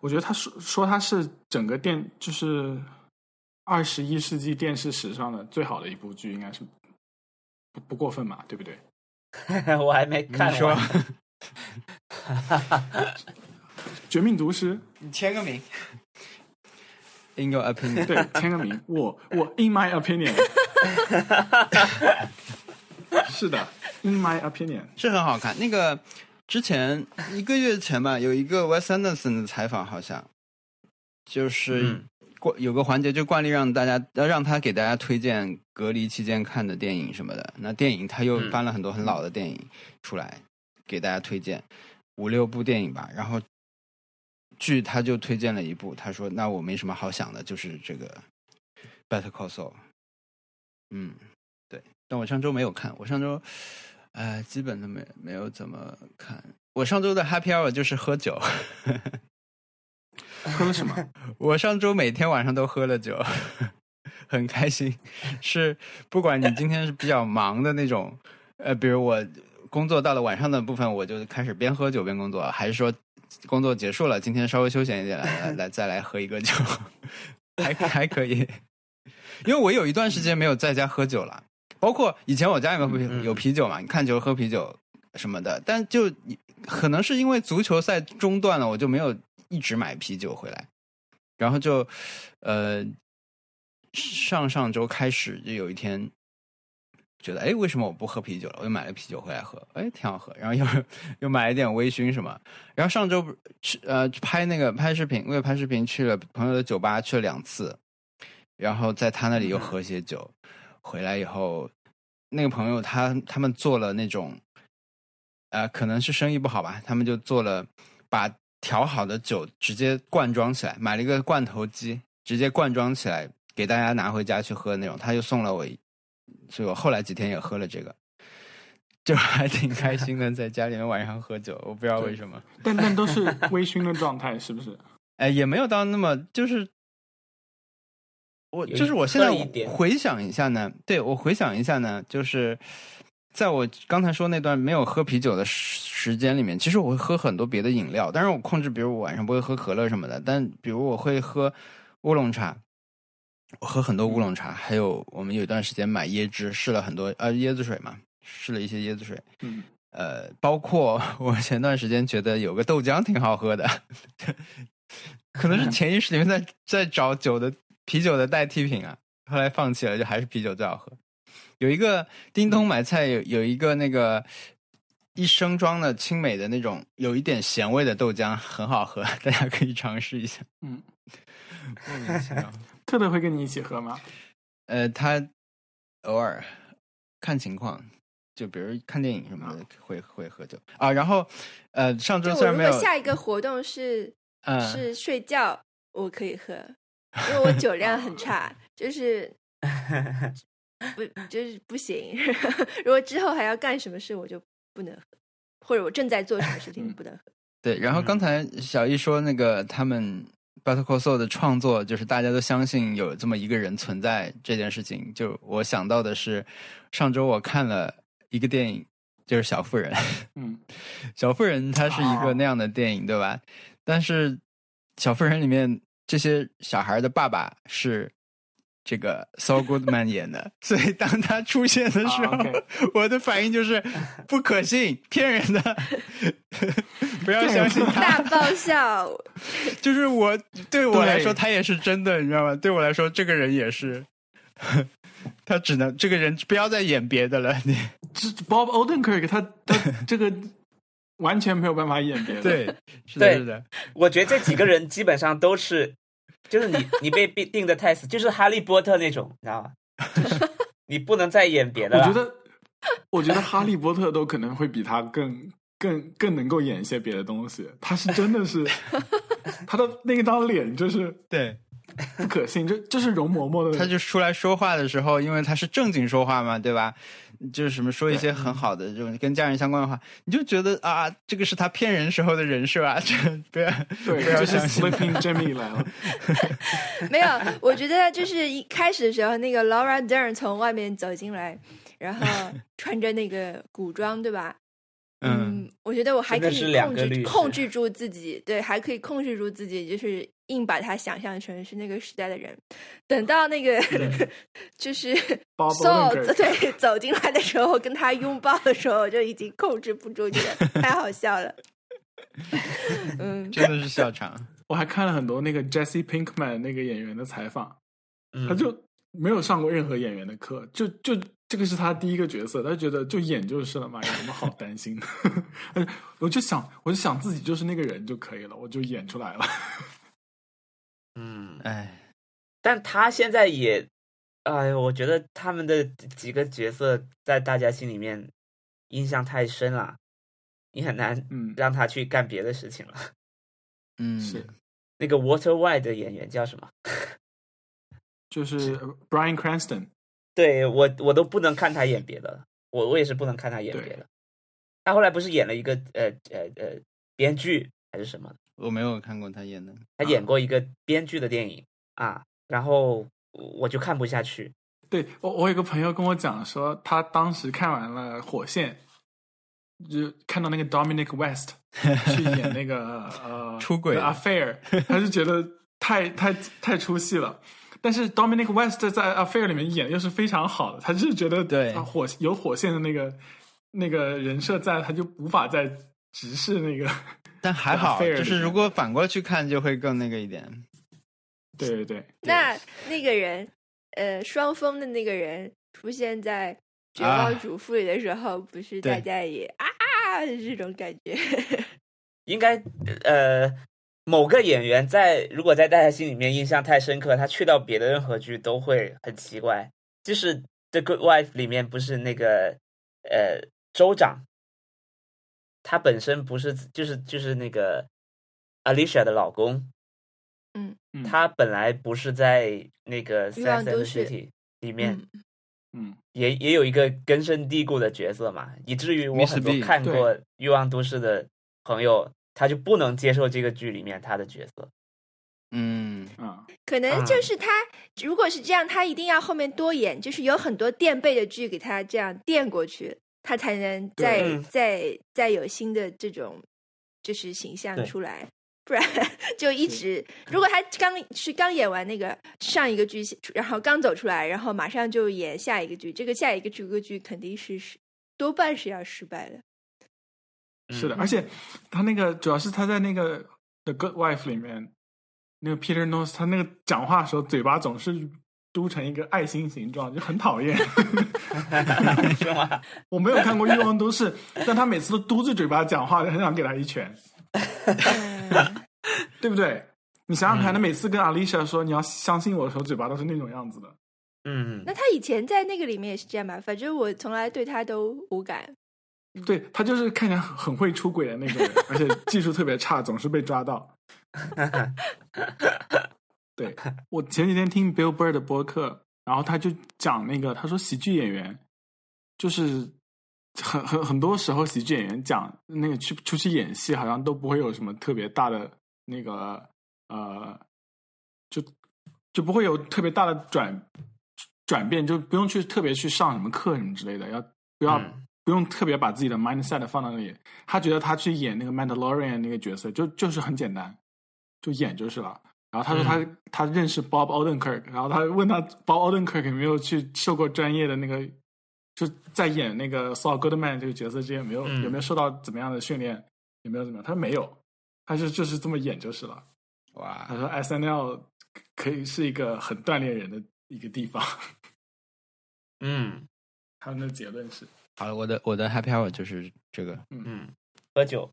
我觉得他说说他是整个电就是二十一世纪电视史上的最好的一部剧，应该是不不过分嘛，对不对？我还没看你说完《绝命毒师》你签个名。In your opinion，对，签个名。我我 in my opinion，是的，in my opinion， 是很好看。那个之前一个月前吧，有一个 Wes Anderson 的采访，好像就是嗯惯、有个环节就惯例让大家呃让他给大家推荐隔离期间看的电影什么的。那电影他又嗯翻了很多很老的电影出来、给大家推荐，五六部电影吧。然后剧他就推荐了一部，他说：“那我没什么好想的，就是这个 Better Call Saul。”嗯，对，但我上周没有看，我上周。呃，基本都没没有怎么看。我上周的 Happy Hour 就是喝酒，喝了什么？我上周每天晚上都喝了酒， 很开心。是不管你今天是比较忙的那种，呃，比如我工作到了晚上的部分，我就开始边喝酒边工作，还是说工作结束了，今天稍微休闲一点，来来来再来喝一个酒， 还还可以。 因为我有一段时间没有在家喝酒了，包括以前我家里面会嗯嗯有啤酒嘛，你看球喝啤酒什么的，但就可能是因为足球赛中断了，我就没有一直买啤酒回来，然后就呃上上周开始就有一天觉得，哎，为什么我不喝啤酒了？我又买了啤酒回来喝，哎，挺好喝。然后又又买了一点微醺什么。然后上周不是去呃拍那个拍视频，为了拍视频去了朋友的酒吧去了两次，然后在他那里又喝些酒。回来以后，那个朋友他他们做了那种，呃，可能是生意不好吧，他们就做了把调好的酒直接灌装起来，买了一个罐头机，直接灌装起来给大家拿回家去喝的那种。他就送了我一，所以我后来几天也喝了这个， 就还挺开心的，在家里面晚上喝酒，我不知道为什么。但但都是微醺的状态，是不是？哎，也没有到那么，就是我有就是一我现喝在了一点回想一下呢，对我回想一下呢，就是在我刚才说那段没有喝啤酒的时时间里面，其实我会喝很多别的饮料，当然我控制，比如我晚上不会喝可乐什么的，但比如我会喝乌龙茶。我喝很多乌龙茶，还有我们有一段时间买椰汁，试了很多呃椰子水嘛，试了一些椰子水，嗯，呃，包括我前段时间觉得有个豆浆挺好喝的，可能是潜意识里面在在找酒的啤酒的代替品啊，后来放弃了，就还是啤酒最好喝。有一个叮咚买菜有有一个那个一升装的青美的那种有一点咸味的豆浆，很好喝，大家可以尝试一下。嗯，莫名其妙。特特会跟你一起喝吗？呃，他偶尔看情况，就比如看电影什么的，会会喝酒啊。然后呃，上啊就周我虽然如没果有，下一个活动是嗯、是睡觉，我可以喝，因为我酒量很差，就是不就是不行。 如果之后还要干什么事，我就不能喝，或者我正在做什么事情嗯不能喝。对。然后刚嗯才小易说那个他们 Battle c o s o 的创作，就是大家都相信有这么一个人存在这件事情。就我想到的是，上周我看了一个电影，就是《小妇人》。嗯，小妇人它是一个哦那样的电影，对吧？但是小妇人里面这些小孩的爸爸是这个 Saul Goodman 演的，所以当他出现的时候，啊，OK 我的反应就是不可信，骗人的， 不要相信他。大爆笑，就是我对我来说，对他也是真的，你知道吗？对我来说，这个人也是。 他只能这个人不要再演别的了，你 这 Bob Odenkirk 他他这个完全没有办法演别的。，对是的，对是的，我觉得这几个人基本上都是，就是你你被定定的太死，就是哈利波特那种，你知道吗？就是你不能再演别的我了。觉得我觉得哈利波特都可能会比他更更更能够演一些别的东西。他是真的 是他的那张脸就是对。不可信，这这是容嬷嬷的。他就出来说话的时候，因为他是正经说话嘛，对吧？就是什么说一些很好的这种跟家人相关的话，你就觉得啊，这个是他骗人时候的人设 啊，这不要对，不要就是相信 Sleeping Jimmy 来 了。没有，我觉得就是一开始的时候，那个 Laura Dern 从外面走进来，然后穿着那个古装，对吧？嗯，嗯，我觉得我还可真的以是两控个律制师啊控制住自己，对，还可以控制住自己，就是硬把他想象成是那个时代的人。等到那个 就是 Bob Saul Odenkirk 对走进来的时候，跟他拥抱的时候，我就已经控制不住，觉得太好笑了。 嗯，真的是笑 场。我还看了很多那个 Jesse Pinkman 那个演员的采访，嗯他就没有上过任何演员的课，就就这个是他第一个角色，他觉得就演就是了嘛，有什么好担心的？ 我就想，我就想自己就是那个人就可以了，我就演出来了。嗯，哎，但他现在也，哎，我觉得他们的几个角色在大家心里面印象太深了，你很难嗯让他去干别的事情了。嗯，是，那个 Water Y 的演员叫什么？就是呃 Brian Cranston，对我我都不能看他演别的了，我我也是不能看他演别的。他后来不是演了一个呃呃呃编剧还是什么的？我没有看过他演的，他演过一个编剧的电影啊，然后我就看不下去。对我，我有个朋友跟我讲说，他当时看完了《火线》，就看到那个 Dominic West 去演那个呃出轨 The 了 Affair，他就觉得太 太太出戏了。但是 Dominic West 在 Affair 里面演又是非常好的，他就是觉得对他火有火线的那个那个人设在，他就无法再直视那个。 但还好， Affair 就里是面如果反过去看就会更那个一点。对对对，那那个人，呃，双峰的那个人出现在《绝啊望主妇》里的时候，不是对大家也啊啊这种感觉？ 应该呃某个演员在如果在大家心里面印象太深刻，他去到别的任何剧都会很奇怪。就是《The Good Wife》里面不是那个呃州长，他本身不是就是就是那个 Alicia 的老公，嗯嗯他本来不是在那个《欲望 Sex and 都 the 市 City》里面。嗯嗯，也也有一个根深蒂固的角色嘛，以至于我 Mr. 很多 Bean，看过《欲望都市》的朋友，他就不能接受这个剧里面他的角色。嗯，啊，可能就啊是他，如果是这样，他一定要后面多演，就是有很多垫背的剧给他这样垫过去，他才能再嗯对再再有新的这种就是形象对出来，不然 就一直。如果他刚是刚演完那个上一个剧，然后刚走出来，然后马上就演下一个剧，这个下一个剧这个剧肯定是失多半是要失败 的。是的，嗯而且他那个主要是他在那个《The Good Wife》里面，那个 Peter n o s 他那个讲话的时候嘴巴总是嘟成一个爱心形状，就很讨厌。 是吗？我没有看过《欲望都市》，但他每次都嘟着嘴巴讲话，就很想给他一拳，嗯对不对？你想想看，嗯他每次跟 Alicia 说你要相信我的时候，嘴巴都是那种样子的。嗯那，他以前在那个里面也是这样吧，反正我从来对他都无感。对他就是看起来很很会出轨的那种人，而且技术特别差，总是被抓到。对我前几天听 Bill Burr 的播客，然后他就讲那个，他说喜剧演员就是很很很多时候喜剧演员讲那个去出去演戏，好像都不会有什么特别大的那个呃，就就不会有特别大的转转变，就不用去特别去上什么课什么之类的，要不要、嗯不用特别把自己的 mindset 放到那里。他觉得他去演那个 Mandalorian 那个角色，就就是很简单，就演就是了。然后他说他、嗯他认识 Bob Odenkirk，然后他问他 Bob Odenkirk 有没有去受过专业的那个，就在演那个 Saul Goodman 这个角色之前有没有、嗯有没有受到怎么样的训练，有没有怎么样？他说没有，他就就是这么演就是了。哇他，说 S N L 可以是一个很锻炼人的一个地方，嗯他们的结论是，好了，我的我的 happy hour 就是这个，嗯，喝酒，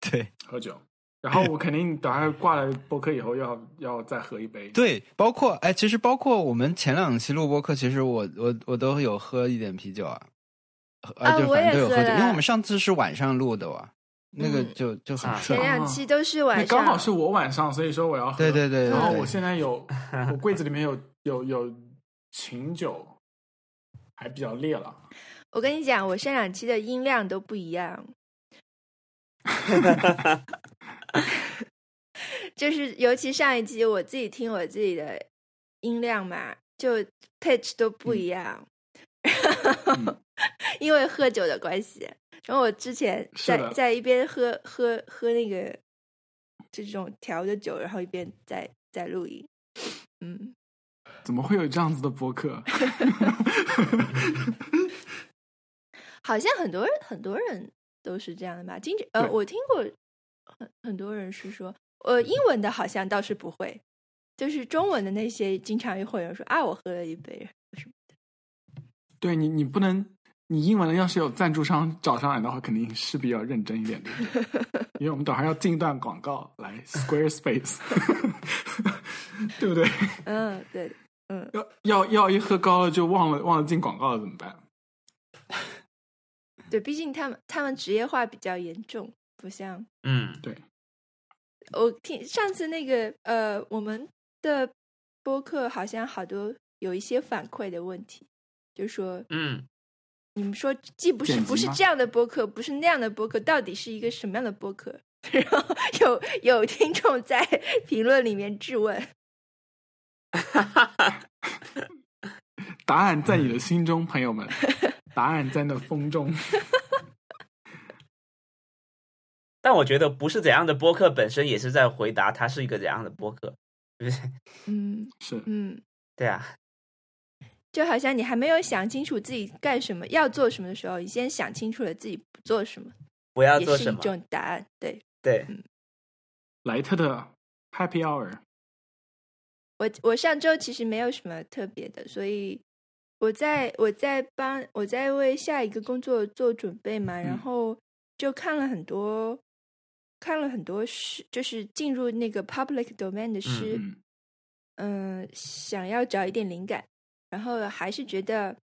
对喝酒。然后我肯定等下挂了播客以后要要再喝一杯。对，包括哎，其实包括我们前两期录播客，其实我我我都有喝一点啤酒啊，啊啊，就我反也正都有喝喝酒，了因为我们上次是晚上录的哇，那个嗯就就很啊前顺，两哦期都是晚那上，刚好是我晚上，所以说我要喝。对对对，对然后对我现在 有，我柜子里面有有有琴酒，还比较烈 了。我跟你讲，我上两期的音量都不一样， 就是尤其上一期我自己听我自己的音量嘛，就 pitch 都不一样，嗯因为喝酒的关系。然后我之前是在的在一边喝喝喝那个这种调的酒，然后一边在在录音，嗯。怎么会有这样子的播客？好像很多人很多人都是这样的吧？经常呃，对我听过很很多人是说，呃，英文的好像倒是不会，就是中文的那些，经常会有人说啊，我喝了一杯什么的。对你，你不能，你英文的要是有赞助商找上来的话，肯定势必要认真一点，对不对？因为我们等会儿要进一段广告 来 Squarespace，对不对？嗯，对，嗯，要要要一喝高了就忘了忘了进广告了怎么办？对，毕竟他们他们职业化比较严重，不像嗯，对，我听上次那个呃，我们的播客好像好多有一些反馈的问题，就说嗯，你们说既不是剪辑不是吗这样的播客，不是那样的播客，到底是一个什么样的播客？ 然后有有听众在 评论里面质问，答案在你的心中，朋友 们，答案在那风中。但我觉得不是怎样的播客本身也是在回答它是一个怎样的播客，嗯是，嗯，对啊，就好像你还没有想清楚自己干什么、要做什么的时候，你先想清楚了自己不做什么，不要也做是什一么，种答案。对对，莱特的 Happy Hour，我，我上周其实没有什么特别的，所以我在我在帮我在为下一个工作做准备嘛，然嗯后就看了很多。看了很多诗，就是进入那个 public domain 的诗，嗯，嗯，想要找一点灵感，然后还是觉得，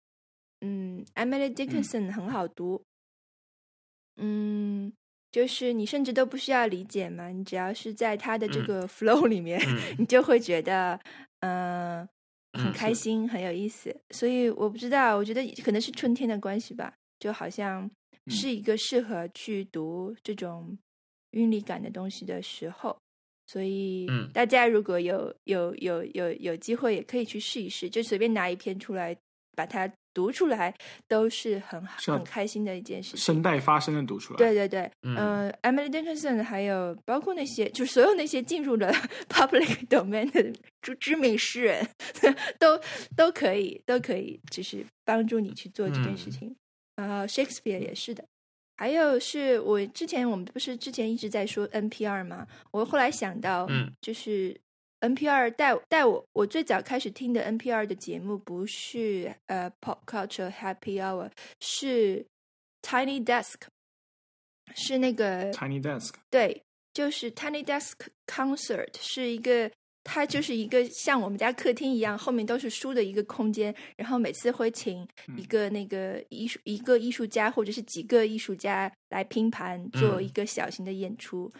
嗯，Emily Dickinson 很好读，嗯就是你甚至都不需要理解嘛，你只要是在他的这嗯个 flow 里面，嗯你就会觉得，嗯、很嗯开心，很有意思。所以我不知道，我觉得可能是春天的关系吧，就好像嗯是一个适合去读这种韵律感的东西的时候。所以嗯，大家如果有有有有有机会，也可以去试一试，就随便拿一篇出来，把它读出来，都是很好是啊很开心的一件事情。声带发声的读出来。对对对，嗯呃，Emily Dickinson 还有包括那些，就是所有那些进入了 public domain 的知知名诗人，都都可以，都可以，就是帮助你去做这件事嗯情。然后 Shakespeare 也是的，还有是我之前我们不是之前一直在说 NPR 吗？我后来想到，嗯，就是 NPR 带带我，我最早开始听的 NPR 的节目不是呃 Pop Culture Happy Hour，是 Tiny Desk，是那个 Tiny Desk，对，就是 Tiny Desk Concert 是一个，它就是一个像我们家客厅一样，后面都是书的一个空间，然后每次会请一嗯个那个艺术、一个艺术家或者是几个艺术家来拼盘做嗯一个小型的演出，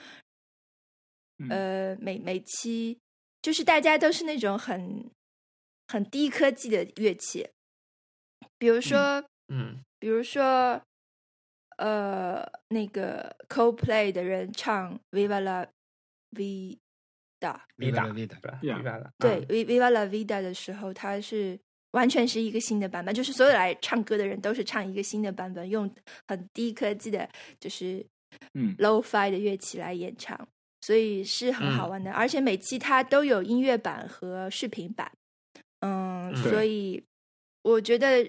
嗯、呃，每每期就是大家都是那种很很低科技的乐器，比如说。嗯比如说，呃，那个 Coldplay 的人唱 Viva la Vida， ，B 打力的，吧 Yeah ，B 打了，对、嗯 v i v a la Vida 的时候，它是完全是一个新的版本，就是所有来唱歌的人都是唱一个新的版本，用很低科技的，就是嗯 low-fi 的乐器来演唱，所以是很嗯好玩的。而且每期它都有音乐版和视频版，嗯，嗯所以我觉得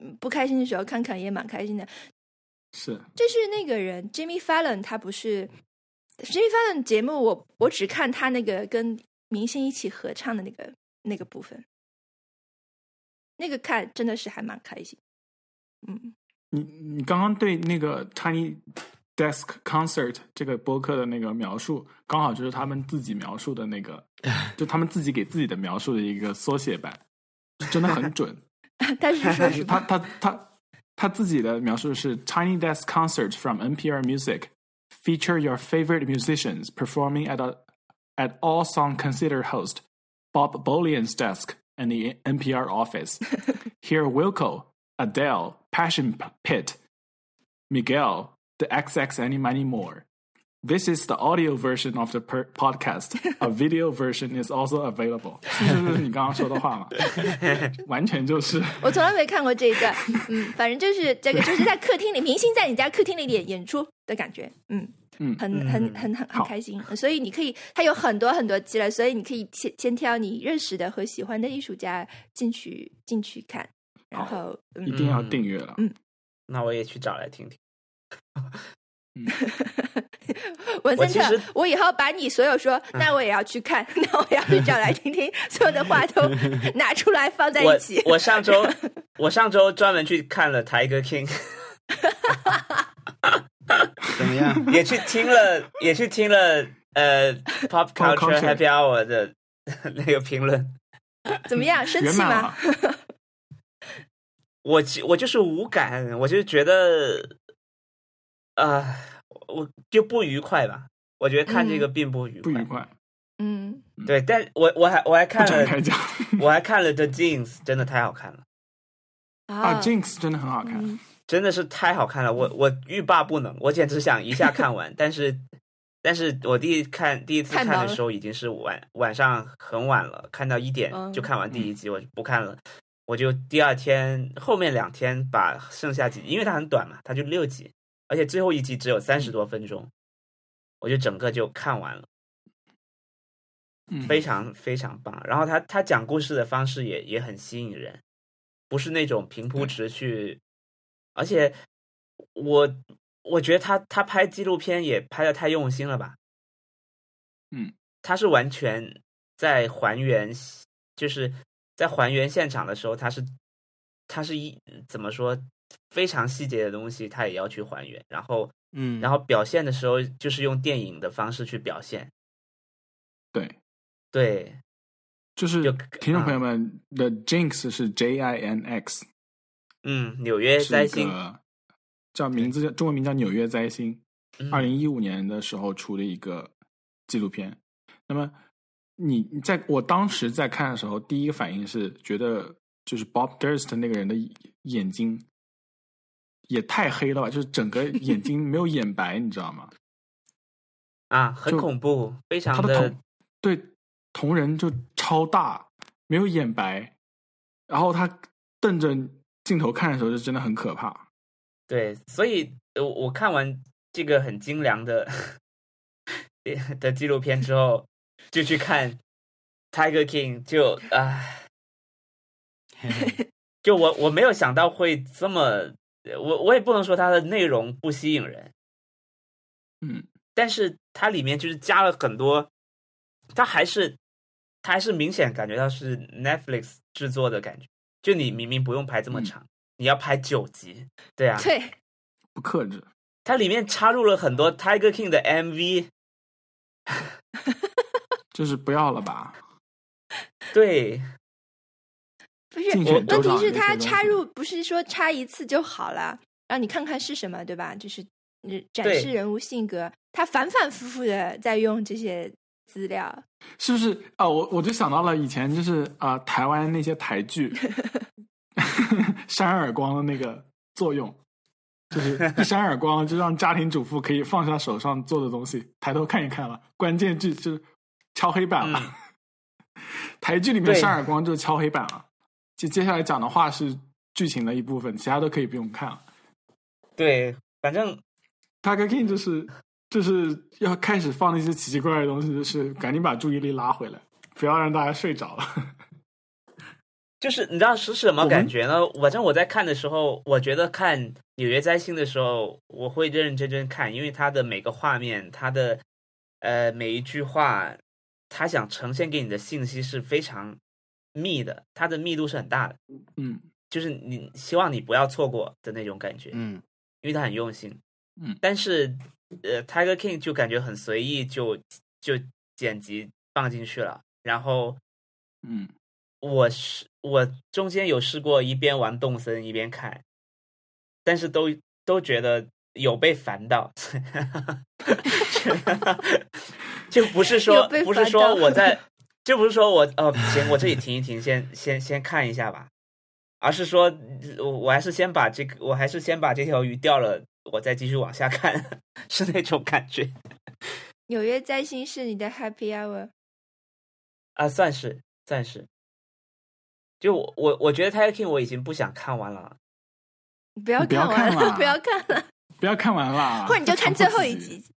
嗯不开心的时候看看也蛮开心的。是就是那个人 Jimmy Fallon，他不是 Jimmy Fallon 节目我，我只看他那个跟明星一起合唱的那个那个部分，那个看真的是还蛮开心。嗯， 你你刚刚对那个 Tiny Desk Concert 这个播客的那个描述，刚好就是他们自己描述的那个，就他们自己给自己的描述的一个缩写版，真的很准。但是说但实是话他，他他他自己的描述是 Tiny Desk Concert from NPR Music feature your favorite musicians performing at a at all song considered host Bob Bolian's desk and the NPR office. Here Wilco, Adele, Passion Pit, Miguel, the XX and many more. This is the audio version of the per- podcast. A video version is also available. 是不是你刚刚说的话嘛？完全就是。我从来没看过这一段。嗯，反正就是这个，就是在客厅里，明星在你家客厅里演演出的感觉。嗯嗯很嗯很很很很好开心。所以你可以，它有很多很多期了，所以你可以先先挑你认识的和喜欢的艺术家进去进去看，然后嗯一定要订阅了。嗯那我也去找来听听。嗯文森其实特，我以后把你所有说，那我也要去看， 那我要去找来听听，所有的话都拿出来放在我一起。我 上周我上周专门去看了 Tiger King，怎么 样？也去 听了也去听了呃 Pop Pop Culture culture Happy Hour 的 那个评论。怎么样？生圆气满吗了？，我其我就是无感，我就觉得啊、我就不愉快吧。我觉得看这个并不愉嗯不快。愉快。嗯，对，但我我还我还不看展了开讲我还看了 The Jeans，真的太好看了，啊，Jinx 真的很好看，嗯真的是太好看了。我我欲罢不能，我简直想一下 看完。但是但是我第一看第一次太看忙的了时候已经是晚晚上很晚了，看到一点嗯就看完第一集，我就不看了。我就第二天后面两天把剩下几，因为它很短嘛，它就六集，而且最后一集只有三嗯十多分钟，我就整个就看完了。嗯非常非常棒。然后他他讲故事的方式也也很吸引人，不是那种平铺直叙，而且我我觉得他他拍纪录片也拍的太用心了吧？嗯，他是完全在还原，就是在还原现场的时候，他是他是一怎么说非常细节的东西，他也要去还原，然后。嗯，然后表现的时候，就是用电影的方式去表现。对，对，就是就听众朋友啊们，The Jinx 是 J I N X，嗯，纽约是灾一星，个叫名字叫中文名叫《纽约灾星》，嗯二零一五年的时候出的一个纪录片。那么你你在我当时在看的时候，第一个反应是觉得就是 Bob Durst 那个人的眼睛也太黑了吧，就是整个眼睛没有眼白，你知道吗？啊，很就恐怖，非他常的瞳对瞳仁就超大，没有眼白，然后他瞪着镜头看的时候就真的很可怕。对，所以呃我我看完这个很精良的 的纪录片之后，就去看 Tiger King，就啊，就我我没有想到会这么，呃我我也不能说它的内容不吸引人，嗯，但是它里面就是加了很多，它还是它还是明显感觉到是 Netflix 制作的感觉，就你明明不用拍这么嗯长，你要拍九集，对啊，对，不克制，它里面插入了很多 Tiger King 的 MV，就是不要了吧。对，不是竞选问州长题是这些他东西插入不是说插一次就好了，让你看看是什么，对吧？就是嗯展对示人物性格，他反反复复的在用这些资料，是不是啊、我我就想到了以前就是啊、台湾那些台剧 扇耳光的那个作用，就是一扇耳光就让家庭主妇可以放下手上做的东西，抬头看一看了。关键句就是敲黑板了。嗯 台剧里面对扇耳光就是敲黑板了。就接下来讲的话是剧情的一部分，其他都可以不用看了。对，反正 Tiger King 就是就是要开始放那些奇奇怪怪的东西，就是赶紧把注意力拉回来，不要让大家睡着了。就是你知道是什么我们感觉呢？反正我在看的时候，我觉得看《纽约灾星》的时候，我会认认真真看，因为它的每个画面，它的呃每一句话，它想呈现给你的信息是非常密的，它的密度是很大的，嗯就是你希望你不要错过的那种感觉。嗯因为他很用心。嗯但是呃，Tiger King 就感觉很随意，就就剪辑放进去了。然后嗯我是我中间有试过一边玩动森一边看，但是都都觉得有被烦到， 就不是说有被不是烦说到我 在，就不是说我哦行，我这里停一停，先先先看一下吧，而是说我我还是先把这个，我还是先把这条鱼钓了，我再继续往下看， 是那种感觉纽约灾星是你的 Happy Hour，啊，算是算是。就我我我觉得《Tiger King》我已经不想看完了，不要你不要看看完了， 了不要看了，不要看完啦，或者你就看最后一强迫自己集。。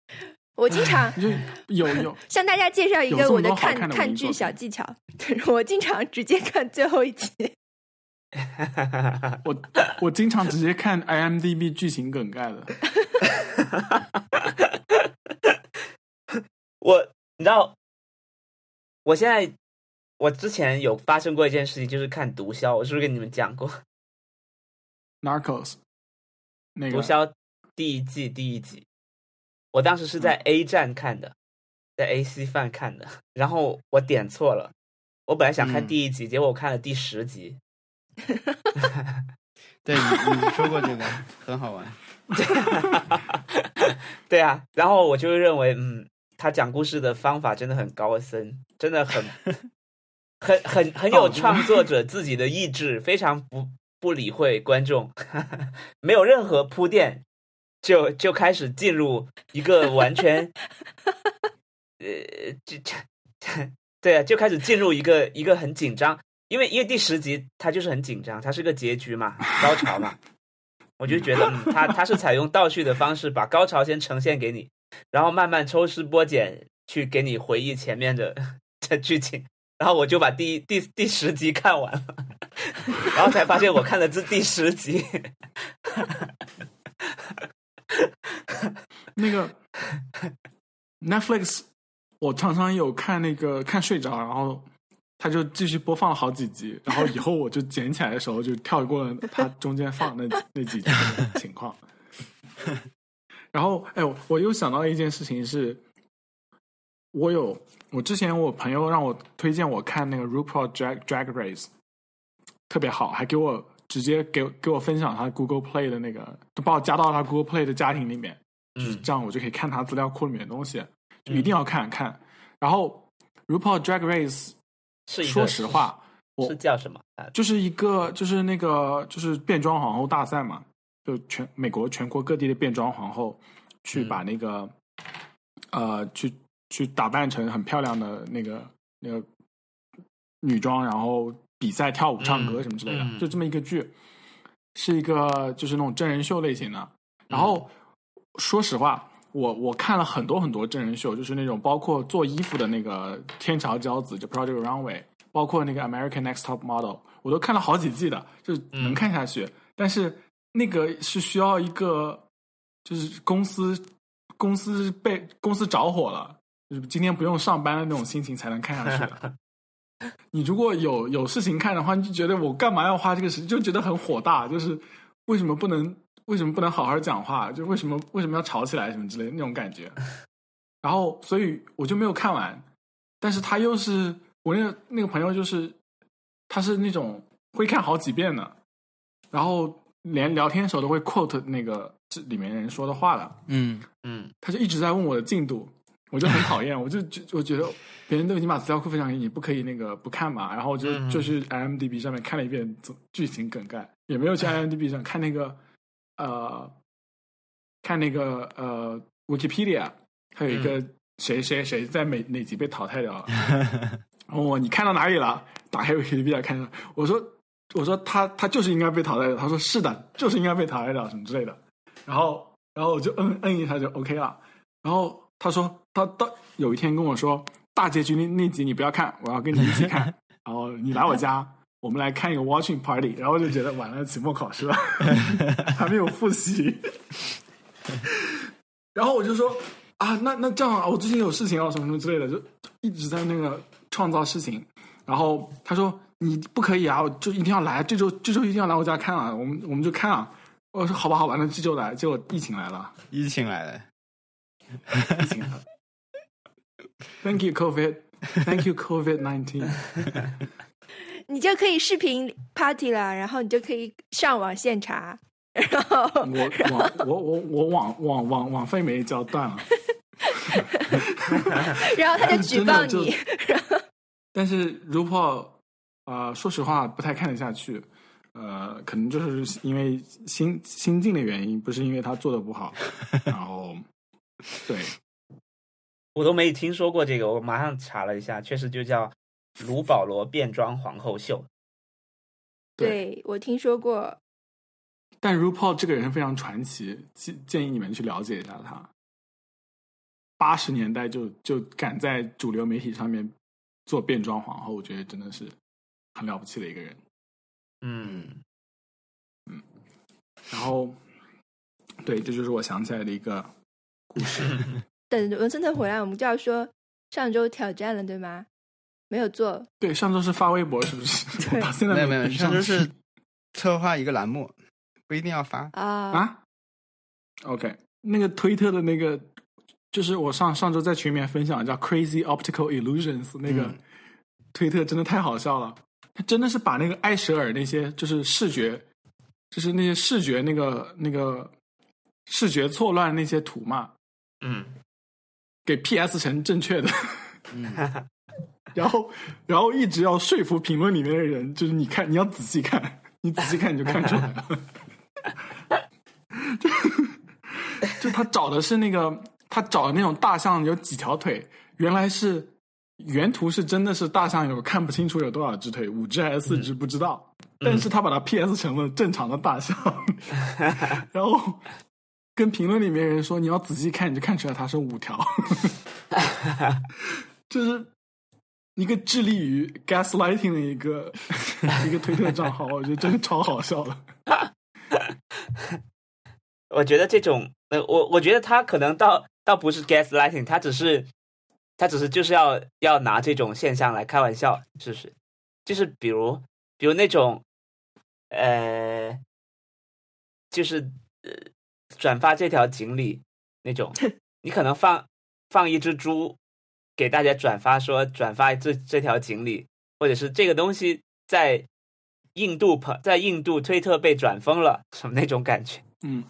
我经常 你就有有向大家介绍一有个这么我的多好看看的文看艺作剧小品技巧，我经常直接看最后一集。我我经常直接看 IMDB 剧情梗概的， 我你知道，我现在我之前有发生过一件事情，就是看毒枭，我是不是跟你们讲过？ Narcos 那毒个枭第一季第一集，我当时是在 A 站看的，在 A 稀饭看的，然后我点错了，我本来想看嗯第一集，结果我看了第十集，对你你说过这个，很好玩。 对啊，然后我就认为，嗯，他讲故事的方法真的很高深，真的很很很很有创作者自己的意志，非常不不理会观众， 没有任何铺垫，就就开始进入一个完全，呃，这这这， 对啊，就开始进入一个一个很紧张，因为因为第十集它就是很紧张，它是个结局嘛，高潮嘛。我就觉得，嗯，他他是采用倒叙的方式，把高潮先呈现给你，然后慢慢抽丝剥茧去给你回忆前面的的剧情。然后我就把第一第第十集看完了， 然后才发现我看的是第十集。那个 Netflix，我常常有看那个看睡着，然后他就继续播放了好几集，然后以后我就捡起来的时候就跳过了他中间放那那几集的情况。然后，哎，我我又想到一件事情是，我有我之前我朋友让我推荐我看那个 RuPaul Drag Drag Race，特别好，还给我直接给给我分享他 Google Play 的那个，就把我加到他 Google Play 的家庭里面。就是嗯这样，我就可以看他资料库里面的东西，就一定要看看。然后 RuPaul Drag Race，是一个说实话，是叫什么啊？就是一个就是那个就是变装皇后大赛嘛，就全美国全国各地的变装皇后去嗯把那个、呃去去打扮成很漂亮的那个那个女装，然后比赛跳舞、唱歌嗯什么之类的，嗯就这么一个剧，是一个就是那种真人秀类型的。然嗯后、说实话。我我看了很多很多真人秀，就是那种包括做衣服的那个天桥骄子，就 Project Runway，包括那个 American Next Top Model，我都看了好几季的，就是能看下去。但是那个是需要一个，就是公司公司被公司着火了，就是今天不用上班的那种心情才能看下去的。你如果有有事情看的话，你就觉得我干嘛要花这个时，就觉得很火大，就是为什么不能为什么不能好好讲话，就为什么为什么要吵起来什么之类的那种感觉。然后，所以我就没有看完，但是他又是我那个那个朋友，就是他是那种会看好几遍的，然后连聊天的时候都会 quote 那个这里面人说的话的，嗯，嗯，他就一直在问我的进度，我就很讨厌，我就觉我觉得别人都已经把资料库分享给你，不可以那个不看嘛，然后就嗯就去 IMDB 上面看了一遍总剧情梗概，也没有去 IMDB 上看那个呃看那个呃 Wikipedia，还有一个谁谁谁在每哪集被淘汰掉了。问我你看到哪里了？打开 Wikipedia 看看。我说我说他他就是应该被淘汰的。他说是的，就是应该被淘汰掉什么之类的。然后然后我就摁摁一下就 OK 了。然后他说他到有一天跟我说大结局那那集你不要看，我要跟你一起看。然后你来我家，我们来看一个 watching party。然后我就觉得完了，期末考试了， 还没有复习。然后我就说啊，那那这样啊，我最近有事情啊，什么什么之类的，就一直在那个创造事情。然后他说你不可以啊，我就一定要来，这周这周一定要来我家看啊，我们我们就看啊。我说好吧好吧，那这周来。结果疫情来了，疫情来了，疫情来了。Thank you COVID, Thank you COVID nineteen。 你就可以视频 party 了，然后你就可以上网现查，然后我网我我我网网网网费没交断了，然后他就举 报真的你就，但是如果啊、呃说实话不太看得下去，呃，可能就是因为新新进的原因，不是因为他做的不 好，然后对，我都没听说过这个，我马上查了一下，确实就叫卢保罗变装皇后秀。对对我听说过，但 RuPaul 这个人非常传奇，建建议你们去了解一下他。八十年代就就敢在主流媒体上面做变装皇后，我觉得真的是很了不起的一个人。嗯，然后对，这就是我想起来的一个故事。等文森特回来，我们就要说上周挑战了，对吗？没有做，对，上周是发微博，是不是？ 对我到现在没有没没有，跟上周去是策划一个栏目，不一定要发。啊、啊，OK，那个推特的那个，就是我上上周在群里面分享叫 Crazy Optical Illusions 那个嗯推特真的太好笑了，他真的是把那个艾舍尔那些就是视觉，就是那些视觉那个那个视觉错乱那些图嘛，嗯，给 PS 成正确的。嗯， 然后，然后一直要说服评论里面的人，就是你看，你要仔细看，你仔细看你就看出来了。 就就他找的是那个，他找的那种大象有几条腿，原来是原图是真的是大象有看不清楚有多少只腿，五只还是四只不知道，但是他把它 PS 成了正常的大象，然后跟评论里面人说你要仔细看，你就看出来它是五条，就是一个致力于 gaslighting 的一个一个推特账号，我觉得真的超好笑的。我觉得这种，呃，我我觉得他可能倒倒不是 gaslighting，他只是他只是就是要要拿这种现象来开玩笑，是不是？就是比如比如那种，呃，就是呃转发这条锦鲤那种，你可能放放一只猪给大家转发说转发这这条锦鲤，或者是这个东西在印度朋在印度推特被转疯了什么那种感觉。嗯，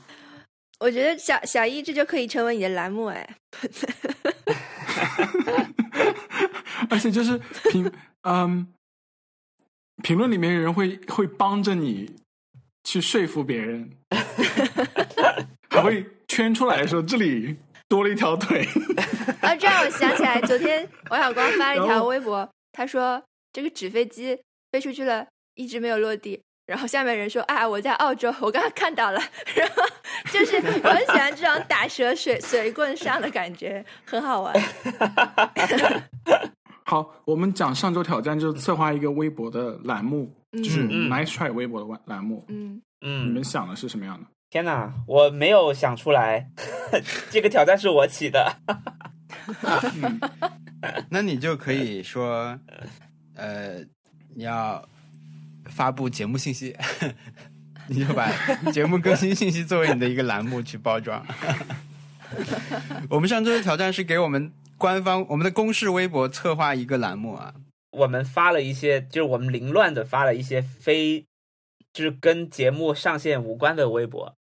我觉得小小一这就可以成为你的栏目哎， 而且就是评嗯评论里面人会会帮着你去说服别人，还会圈出来说这里多了一条腿。啊，这让我想起来，昨天王小光发了一然条后微博，他说这个纸飞机飞出去了，一直没有落地。然后下面人说啊，我在澳洲，我刚刚看到了。 然后就是我很喜欢这种打蛇水水棍上的感觉，很 好玩。 好，我们讲上周挑战就是策划一个微博的栏目，就是嗯嗯 Nice Try 微博的栏目。嗯，你嗯们想的是什么样的？天哪，我没有想出来， 这个挑战是我起的。那你就可以说，呃，你要发布节目信息， 你就把节目更新信息作为你的一个栏目去包装。 我们上周的挑战是给我们官方我们的公式微博策划一个栏目啊，我们发了一些，就是我们凌乱的发了一些非，就是跟节目上线无关的微博。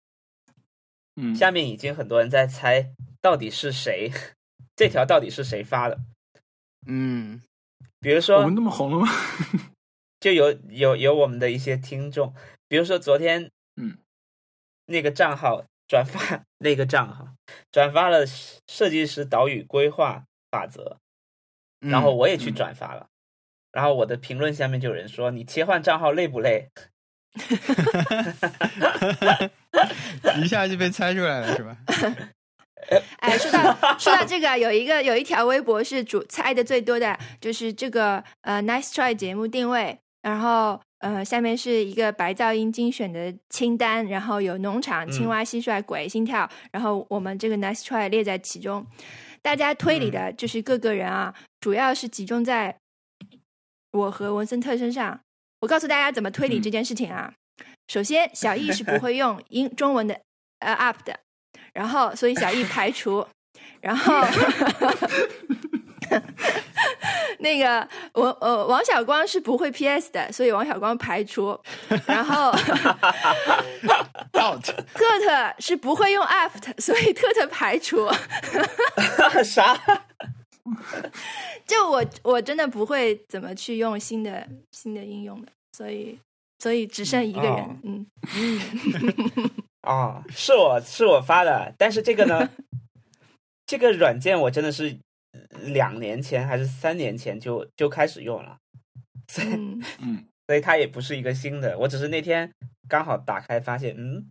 嗯，下面已经很多人在猜到底是谁， 这条到底是谁发的。嗯，比如我说们，那么红了吗？就有有有我们的一些听众，比如说昨天，嗯，那个账号转发那个账号转发了设计师岛屿规划法则，嗯然后我也去嗯转发了，然后我的评论下面就有人说你切换账号累不累？ 一下就被猜出来了是 吧？哎，说到说到这个，啊有一个有一条微博是主猜的最多的，就是这个呃 Nice Try 节目定位，然后呃下面是一个白噪音精选的清单，然后有农场、嗯青蛙、蟋蟀、鬼、心跳，然后我们这个 Nice Try 列在其中。大家推理的就是各个人啊，主要是集中在我和文森特身上。我告诉大家怎么推理嗯这件事情啊。首先，小 E 易是不会用英中文的呃 up 的，然后所以小易排除，然 后那个我呃王小光是不会 PS 的，所以王小光排除，然 后 out 特特是不会用 app 的，所以特特排除。啥？就我我真的不会怎么去用新的新的应用的，所以所以只剩一个人，哦嗯，哦， 是我是我发的，但是这个呢，这个软件我真的是两年前还是三年前就就开始用了， 所以嗯嗯，所以它也不是一个新的，我只是那天刚好打开发现，嗯，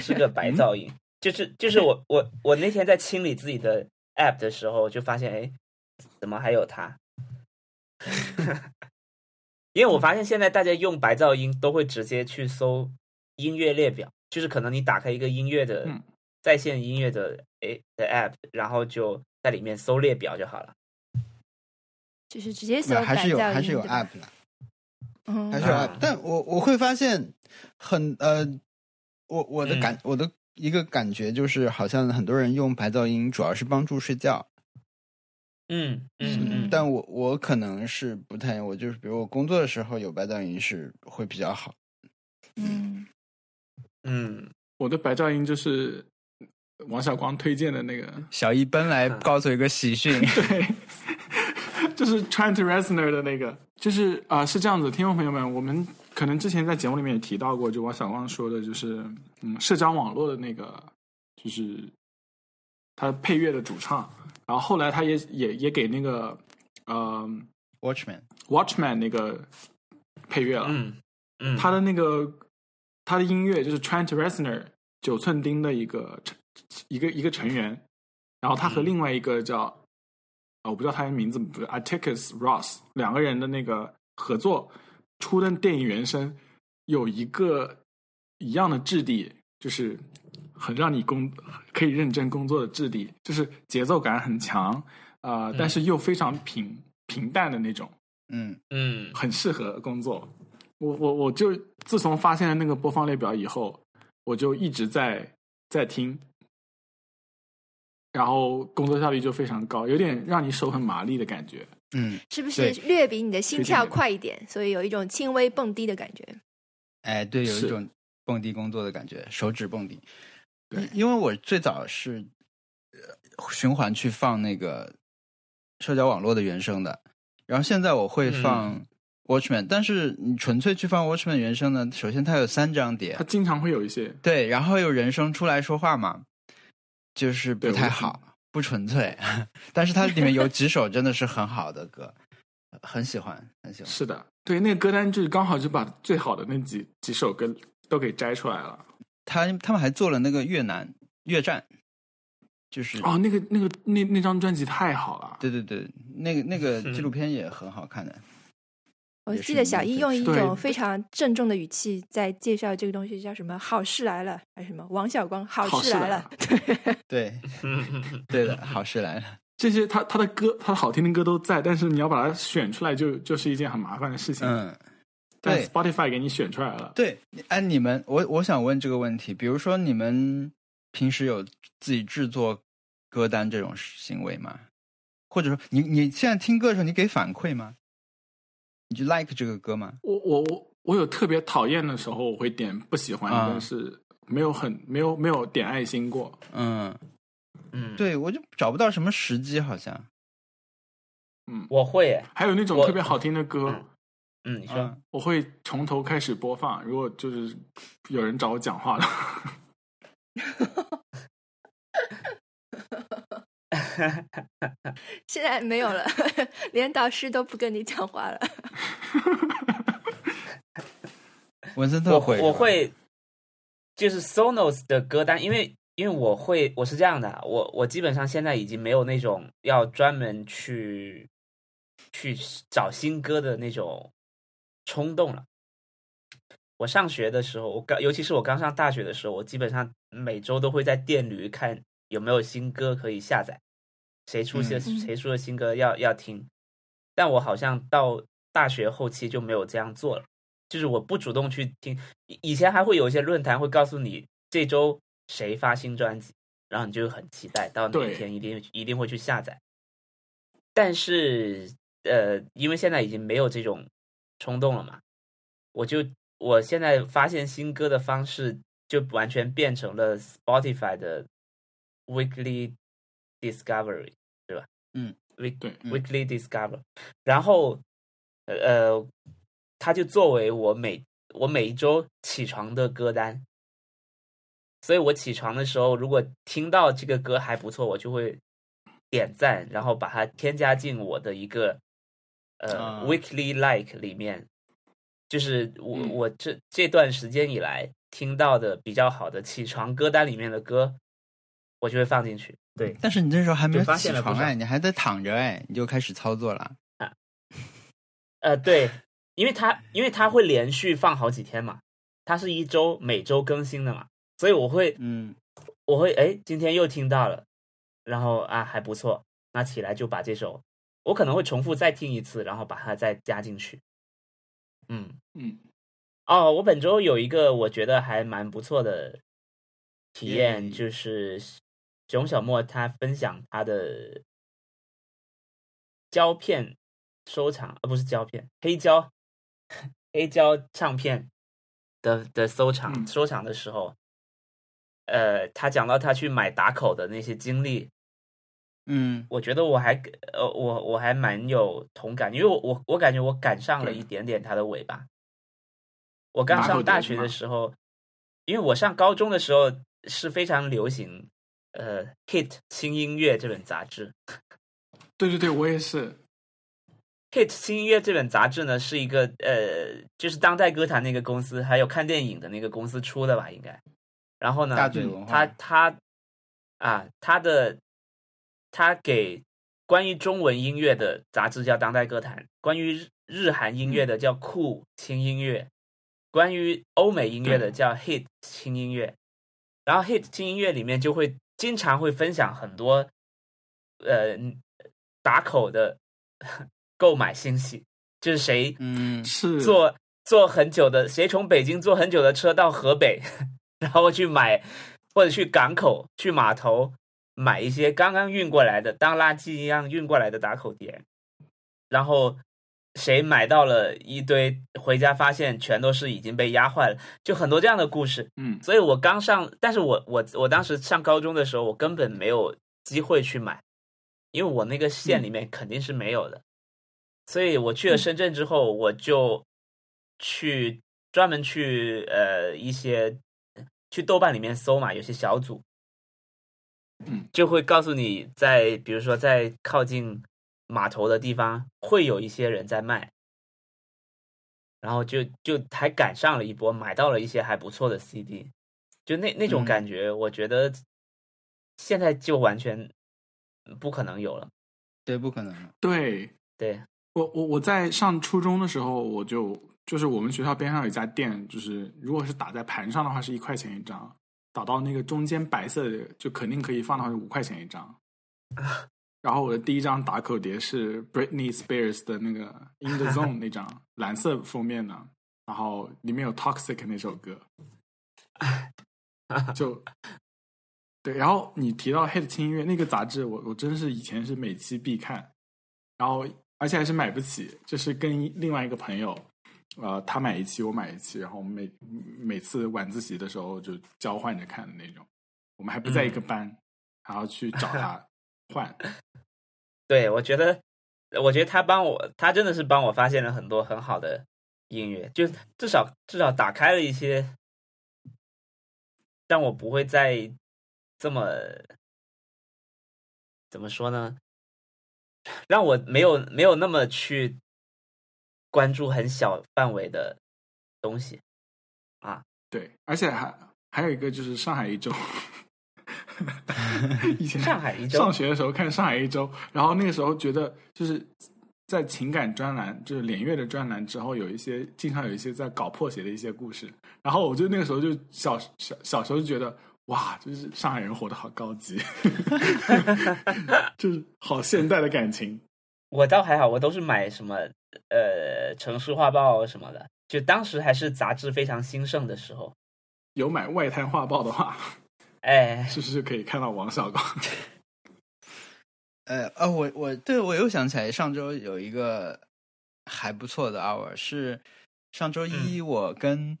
是个白噪音，就是就是我我我那天在清理自己的 app 的时候，就发现哎，怎么还有它？ 因为我发现现在大家用白噪音都会直接去搜音乐列表，就是可能你打开一个音乐的嗯在线音乐的诶的 app，然后就在里面搜列表就好了。就是直接搜没有还是有白噪音还是有对吧 app 啦，嗯还是有啊 app，、但我我会发现很呃，我我的嗯感、我的一个感觉就是，好像很多人用白噪音主要是帮助睡觉，嗯嗯嗯嗯，但我我可能是不太，我就是比如我工作的时候有白噪音是会比较好。嗯，嗯我的白噪音就是王小光推荐的那个，小一奔来告诉一个喜讯，对， 就是 Trent Reznor 的那个，就是啊、是这样子，听众朋友们，我们可能之前在节目里面也提到过，就王小光说的，就是嗯，社交网络的那个，就是他配乐的主唱，然后后来他也也也给那个呃 Watchman， Watchman 那个配乐了，嗯嗯，他的那个他的音乐就是 Trent Reznor 九寸钉的一个成一个一个成员，然后他和另外一个叫、啊，我不知道他的名字不是 Atticus Ross 两个人的那个合作出的电影原声有一个一样的质地，就是很让你工可以认真工作的质地，就是节奏感很强，呃，但是又非常平平淡的那种。嗯，嗯很适合工作。我我我就自从发现了那个播放列表以后，我就一直在在听，然后工作效率就非常高，有点让你手很麻利的感觉。嗯，是不是略比你的心跳快一点，所以有一种轻微蹦迪的感觉？哎，对，有一是种蹦迪工作的感觉，手指蹦迪。对因因为我最早是呃循环去放那个社交网络的原声的，然后现在我会放嗯 Watchman，、但是你纯粹去放 Watchman 原声呢，首先它有三张碟它，经常会有一些对，然后有人声出来说话嘛，就是不对太我好，不纯粹。 但是它里面有几首真的是很好的歌，很喜欢，很喜欢。是的，对那个歌单就是刚好就把最好的那几几首歌都给摘出来了。他他们还做了那个越南越战，就是哦，那个那个那那张专辑太好了，嗯对对对，那个那个嗯 纪录片也很好看的。我也是记得小一用一对种非常郑重的语气在介绍这个东西，叫什么“好事来了”还是什么“王小光好好事事来来了 了”？ 对嗯嗯对的，好事来 了。这些他他的歌，他的好听的歌都在，但是你要把它选出来就，就是一件很麻烦的事情。嗯，但对 Spotify 给你选出来了，对，哎，你们，我我想问这个问题，比如说你们平时有自己制作歌单这种行为吗？或者说你你现在听歌的时候，你给反馈吗？你就 like 这个歌吗？我我我我有特别讨厌的时候，我会点不喜欢，啊但是没有很没有没有点爱心过。嗯，嗯，对我就找不到什么时机，好像。嗯，我会耶，还有那种我特别好听的歌，嗯嗯，你说嗯我会从头开始播放。如果就是有人找我讲话了，现在没有了， 连导师都不跟你讲话了。文森特我会，我，会就是 Sonos 的歌单，因为因为我会我是这样的，啊我我基本上现在已经没有那种要专门去去找新歌的那种冲动了。我上学的时候，我刚尤其是我刚上大学的时候，我基本上每周都会在电驴看有没有新歌可以下载，谁出新、嗯谁出的新歌要要听。但我好像到大学后期就没有这样做了。就是我不主动去听。以以前还会有一些论坛会告诉你这周谁发新专辑，然后你就很期待，到哪一对天一定一定会去下载。但是呃，因为现在已经没有这种冲动了嘛，我就我现在发现新歌的方式就完全变成了 Spotify 的 Weekly Discovery，对吧？嗯，Week 对嗯 Weekly Discover，然后呃，它就作为我每我每一周起床的歌单。所以我起床的时候，如果听到这个歌还不错，我就会点赞，然后把它添加进我的一个呃、啊 weekly like 里面。就是我、嗯我这这段时间以来听到的比较好的起床歌单里面的歌，我就会放进去。对，但是你这时候还没有就发起现了不床少哎，你还在躺着哎，你就开始操作了。呃，对，因为它因为它会连续放好几天嘛，它是一周每周更新的嘛，所以我会嗯，我会哎，今天又听到了，然后啊还不错，那起来就把这首，我可能会重复再听一次，然后把它再加进去。嗯，嗯，哦，我本周有一个我觉得还蛮不错的体验，耶就是熊小莫他分享他的胶片收藏，啊、不是胶片，黑胶 黑胶唱片的的收藏嗯收藏的时候，呃，他讲到他去买打口的那些经历，嗯，我觉得我还呃我我还蛮有同感，因为我我我感觉我赶上了对一点点他的尾巴。我刚马口上大德学是的吗时候，因为我上高中的时候是非常流行呃《Hit 新音乐》这本杂志，对对对，我也是。 《Hit 新音乐》这本杂志呢，是一个呃，就是当代歌坛那个公司，还有看电影的那个公司出的吧，应该。然后呢，大嘴文化他他啊，他的他给关于中文音乐的杂志叫《当代歌坛》，关于日日韩音乐的叫酷轻音乐，关于欧美音乐的对叫 hit 轻音乐。然后 hit 轻音乐里面就会经常会分享很多呃打口的 购买信息，就是谁嗯，是坐坐很久的，谁从北京坐很久的车到河北， 然后去买或者去港口、去码头买一些刚刚运过来的，当垃圾一样运过来的打口碟，然后谁买到了一堆，回家发现全都是已经被压坏了，就很多这样的故事。嗯，所以我刚上，但是我我我当时上高中的时候，我根本没有机会去买，因为我那个县里面肯定是没有的。所以我去了深圳之后，我就去专门去呃一些去豆瓣里面搜嘛，有些小组，嗯，就会告诉你在比如说在靠近码头的地方会有一些人在卖，然后就就还赶上了一波，买到了一些还不错的 CD，就那那嗯种感觉，我觉得现在就完全不可能有了。对，不可能，对对，我我我在上初中的时候，我就就是我们学校边上有一家店，就是如果是打在盘上的话是一块钱一张，打到那个中间白色的就肯定可以放的话是五块钱一张。然后我的第一张打口碟是 Britney Spears 的那个 In the Zone 那张蓝色封面的，然后里面有 Toxic 那首歌，就对。然后你提到 Hit 轻音乐那个杂志，我我真是以前是每期必看，然后而且还是买不起，就是跟一另外一个朋友，呃，他买一期，我买一期，然后我们每每次晚自习的时候就交换着看的那种。我们还不在一个班，然后去找他换。对，我觉得，呃我觉得他帮我，他真的是帮我发现了很多很好的音乐，就至少至少打开了一些，让我不会再这么怎么说呢， 让我没有没有那么去关注很小范围的东西。对，而且还还有一个就是上海一 周，以前上海一周上学的时候看上海一周，然后那个时候觉得就是在情感专栏，就是脸月的专栏之后，有一些经常有一些在搞破鞋的一些故事，然后我就那个时候就小小小时候就觉得。哇，就是上海人活得好高 级，就是好现代的感情。我倒还好，我都是买什么呃城市画报什么的，就当时还是杂志非常兴盛的时候，有买外滩画报的话， 哎。是不是可以看到王小 光？呃，哦，我我对我又想起来，上周有一个还不错的 hour 是上周一，我跟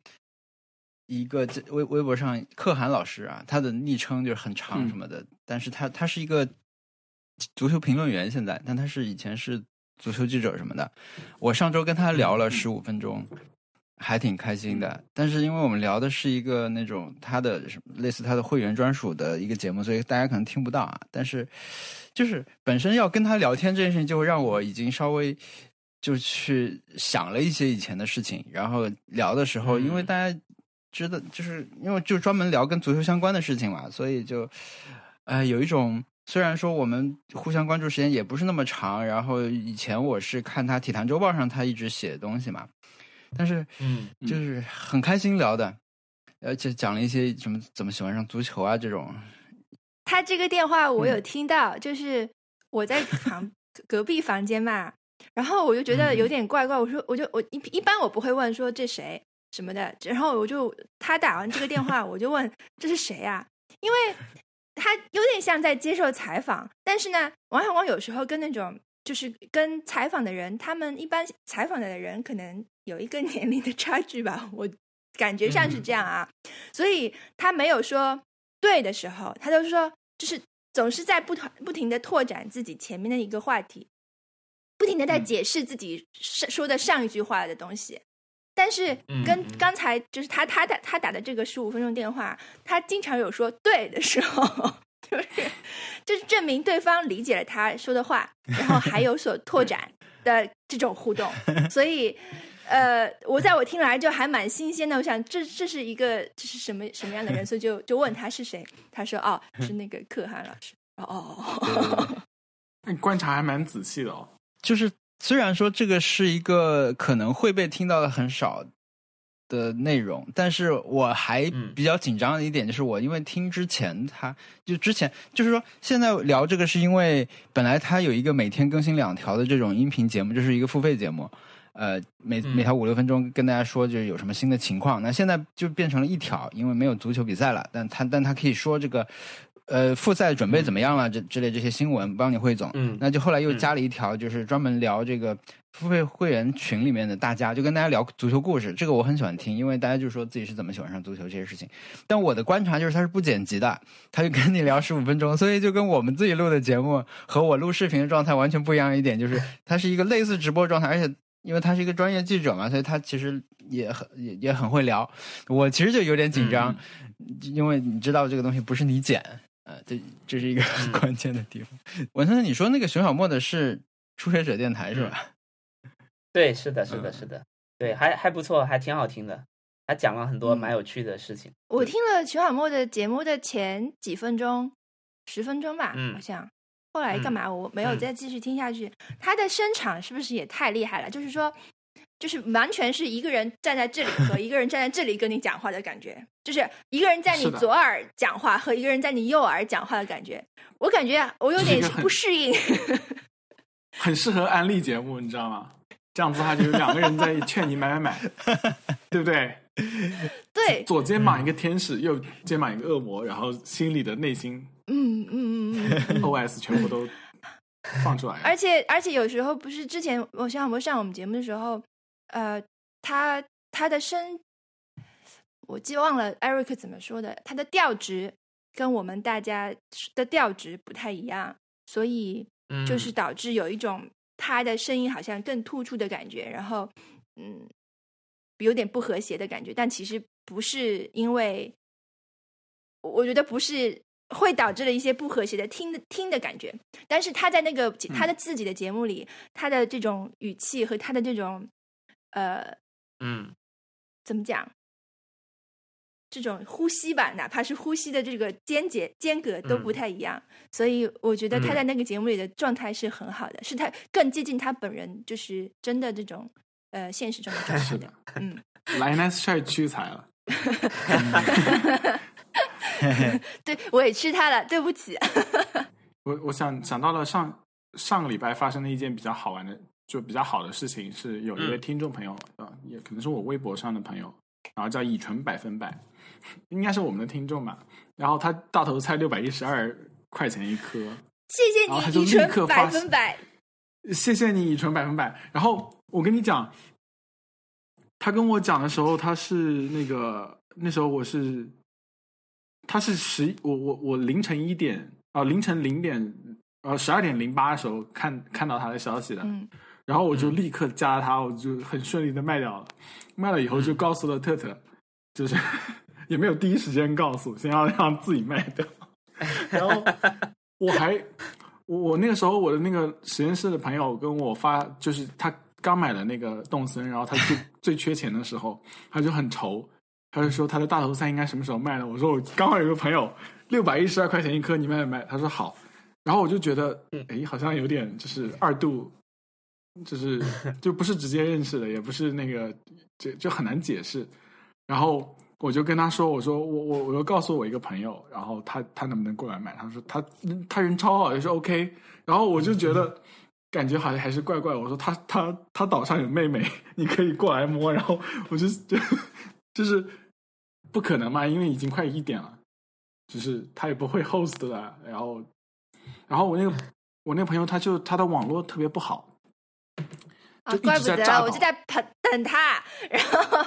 一个在微微博上可汗老师啊，他的昵称就是很长嗯什么的，但是他他是一个足球评论员，现在，但他是以前是足球记者什么的。我上周跟他聊了十五分钟，还挺开心的。但是因为我们聊的是一个那种他的什么类似他的会员专属的一个节目，所以大家可能听不到啊。但是就是本身要跟他聊天这件事情，就会让我已经稍微就去想了一些以前的事情。然后聊的时候，因为嗯大家知道，就是因为就专门聊跟足球相关的事情嘛，所以就呃有一种。虽然说我们互相关注时间也不是那么长，然后以前我是看他《体坛周报》上他一直写东西嘛，但是嗯就是很开心聊的。而且讲了一些什么怎么喜欢上足球啊这种。他这个电话我有听到，就是我在旁隔壁房间嘛，然后我就觉得有点怪怪，我说我就我一一般我不会问说这谁什么的，然后我就他打完这个电话我就问这是谁啊，因为他有点像在接受采访，但是呢，王小光有时候跟那种就是跟采访的人，他们一般采访的人可能有一个 年龄的差距吧，我感觉上是这样啊，所以他没有说对的时候，他就说就是总是在不团不停的拓展自己前面的一个话题，不停嗯的在解释自己上说的上一句话的东西。但是嗯跟嗯刚才就是他他打他打的这个十五分钟电话，他经常有说对的时候， 就是就是证明对方理解了他说的话，然后还有所拓展的这种互动，所以。呃，我在我听来就还蛮新鲜的。我想这这是一个这是什么什么样的人，所以就就问他是谁，他说哦是那个可汗老师。哦哦哦，那你观察还蛮仔细的哦。就是虽然说这个是一个可能会被听到的很少的内容，但是我还嗯比较紧张的一点就是，我因为听之前他就之前就是说，现在聊这个是因为本来他有一个每天更新两条的这种音频节目，就是一个付费节目。呃，每嗯每条五六分钟跟大家说就是有什么新的情况，那现在就变成了一条，因为没有足球比赛了，但他但他可以说这个，呃，复赛准备怎么样了，这之类这些新闻帮你汇总，嗯那就后来又嗯加了一条，就是专门聊这个付费会员群里面的大家，就跟大家聊足球故事。这个我很喜欢听，因为大家就说自己是怎么喜欢上足球这些事情。但我的观察就是，它是不剪辑的，他就跟你 聊十五分钟，所以就跟我们自己录的节目和我录视频的状态完全不一样一点，就是它是一个类似直播状态，而且。因为他是一个专业记者嘛，所以他其实也很也也很会聊。我其实就有点紧张，嗯因为你知道这个东西不是你剪，呃，这这是一个很嗯关键的地方。文森特，你说那个熊小莫的是初学者电台是吧？对，是的，是的，嗯是的，对，还还不错，还挺好听的。他讲了很多嗯蛮有趣的事情。我听了徐小莫的节目的前几分钟，十分钟吧，嗯好像。后来干嘛？我没有嗯再继续听下去。他的声场是不是也太厉害了？就是说，就是完全是一个人站在这里和一个人站在这里跟你讲话的感觉，就是一个人在你是的左耳讲话和一个人在你右耳讲话的感觉。我感觉我有这是点一个很不适应。 很适合安利节目，你知道吗？这样子的话，就是两个人在劝你买买买，对不对？对，左肩膀一个天使，右肩膀一个恶魔，然后心里的内心嗯嗯嗯 嗯嗯。 OS 全部都放出来。而且而且有时候不是之前我像我上我们节目的时候，呃，他他的声，我记忘了 Eric 怎么说的，他的调值跟我们大家的调值不太一样，所以嗯，就是导致有一种他的声音好像更突出的感觉，然后嗯，有点不和谐的感觉，但其实不是因为，我我觉得不是会导致了一些不和谐的听的听的感觉，但是他在那个他的自己的节目里，他的这种语气和他的这种呃嗯，怎么讲？这种呼吸吧，哪怕是呼吸的这个间隔间隔都不嗯太一样，所以我觉得他嗯在那个节目里的状态是很好的，是他更接近他本人，就是真的这种呃现实中的状态是的的。，嗯，莱纳斯帅屈才了。嗯对我也吃他了，对不起。啊我我想想到了上上个礼拜发生的一件比较好玩的，就比较好的事情是，有一位嗯听众朋友，啊，也可能是我微博上的朋友，然后叫乙醇百分百，应该是我们的听众吧。然后他大头菜六百一十二块钱一颗，谢谢然后他你，就乙立醇刻百发分百，谢谢你，乙醇百分百。然后我跟你讲，他跟我讲的时候，他是那个那时候我是，他是十我我我凌晨一点啊、凌晨零点呃十二点零八的时候看看到他的消息的，嗯，然后我就立刻加了他，我就很顺利的卖掉了，卖了以后就告诉了特特，就是 也没有第一时间告诉，先要让自己卖掉，然后我还我我那个时候我的那个实验室的朋友跟我发，就是他刚买了那个动森，然后他最最缺钱的时候，他就很愁，他就说他的大头菜应该什么时候卖呢？我说我刚好有个朋友六百一十二块钱一颗，你卖不卖？他说好，然后我就觉得嗯哎，好像有点就是二度。就是就不是直接认识的，也不是那个，就就很难解释。然后我就跟他说，我说我我我又告诉我一个朋友，然后他他能不能过来买？他说他他人超好，就说 OK。然后我就觉得感觉好像还是怪怪。我说他他他岛上有妹 妹，你可以过来摸。然后我就 就就是不可能嘛，因为已经快一点了，就是他也不会 host 了。然后然后我那个我那个朋友他就他的网络特别不好。啊，怪不得我就在等等他， 然后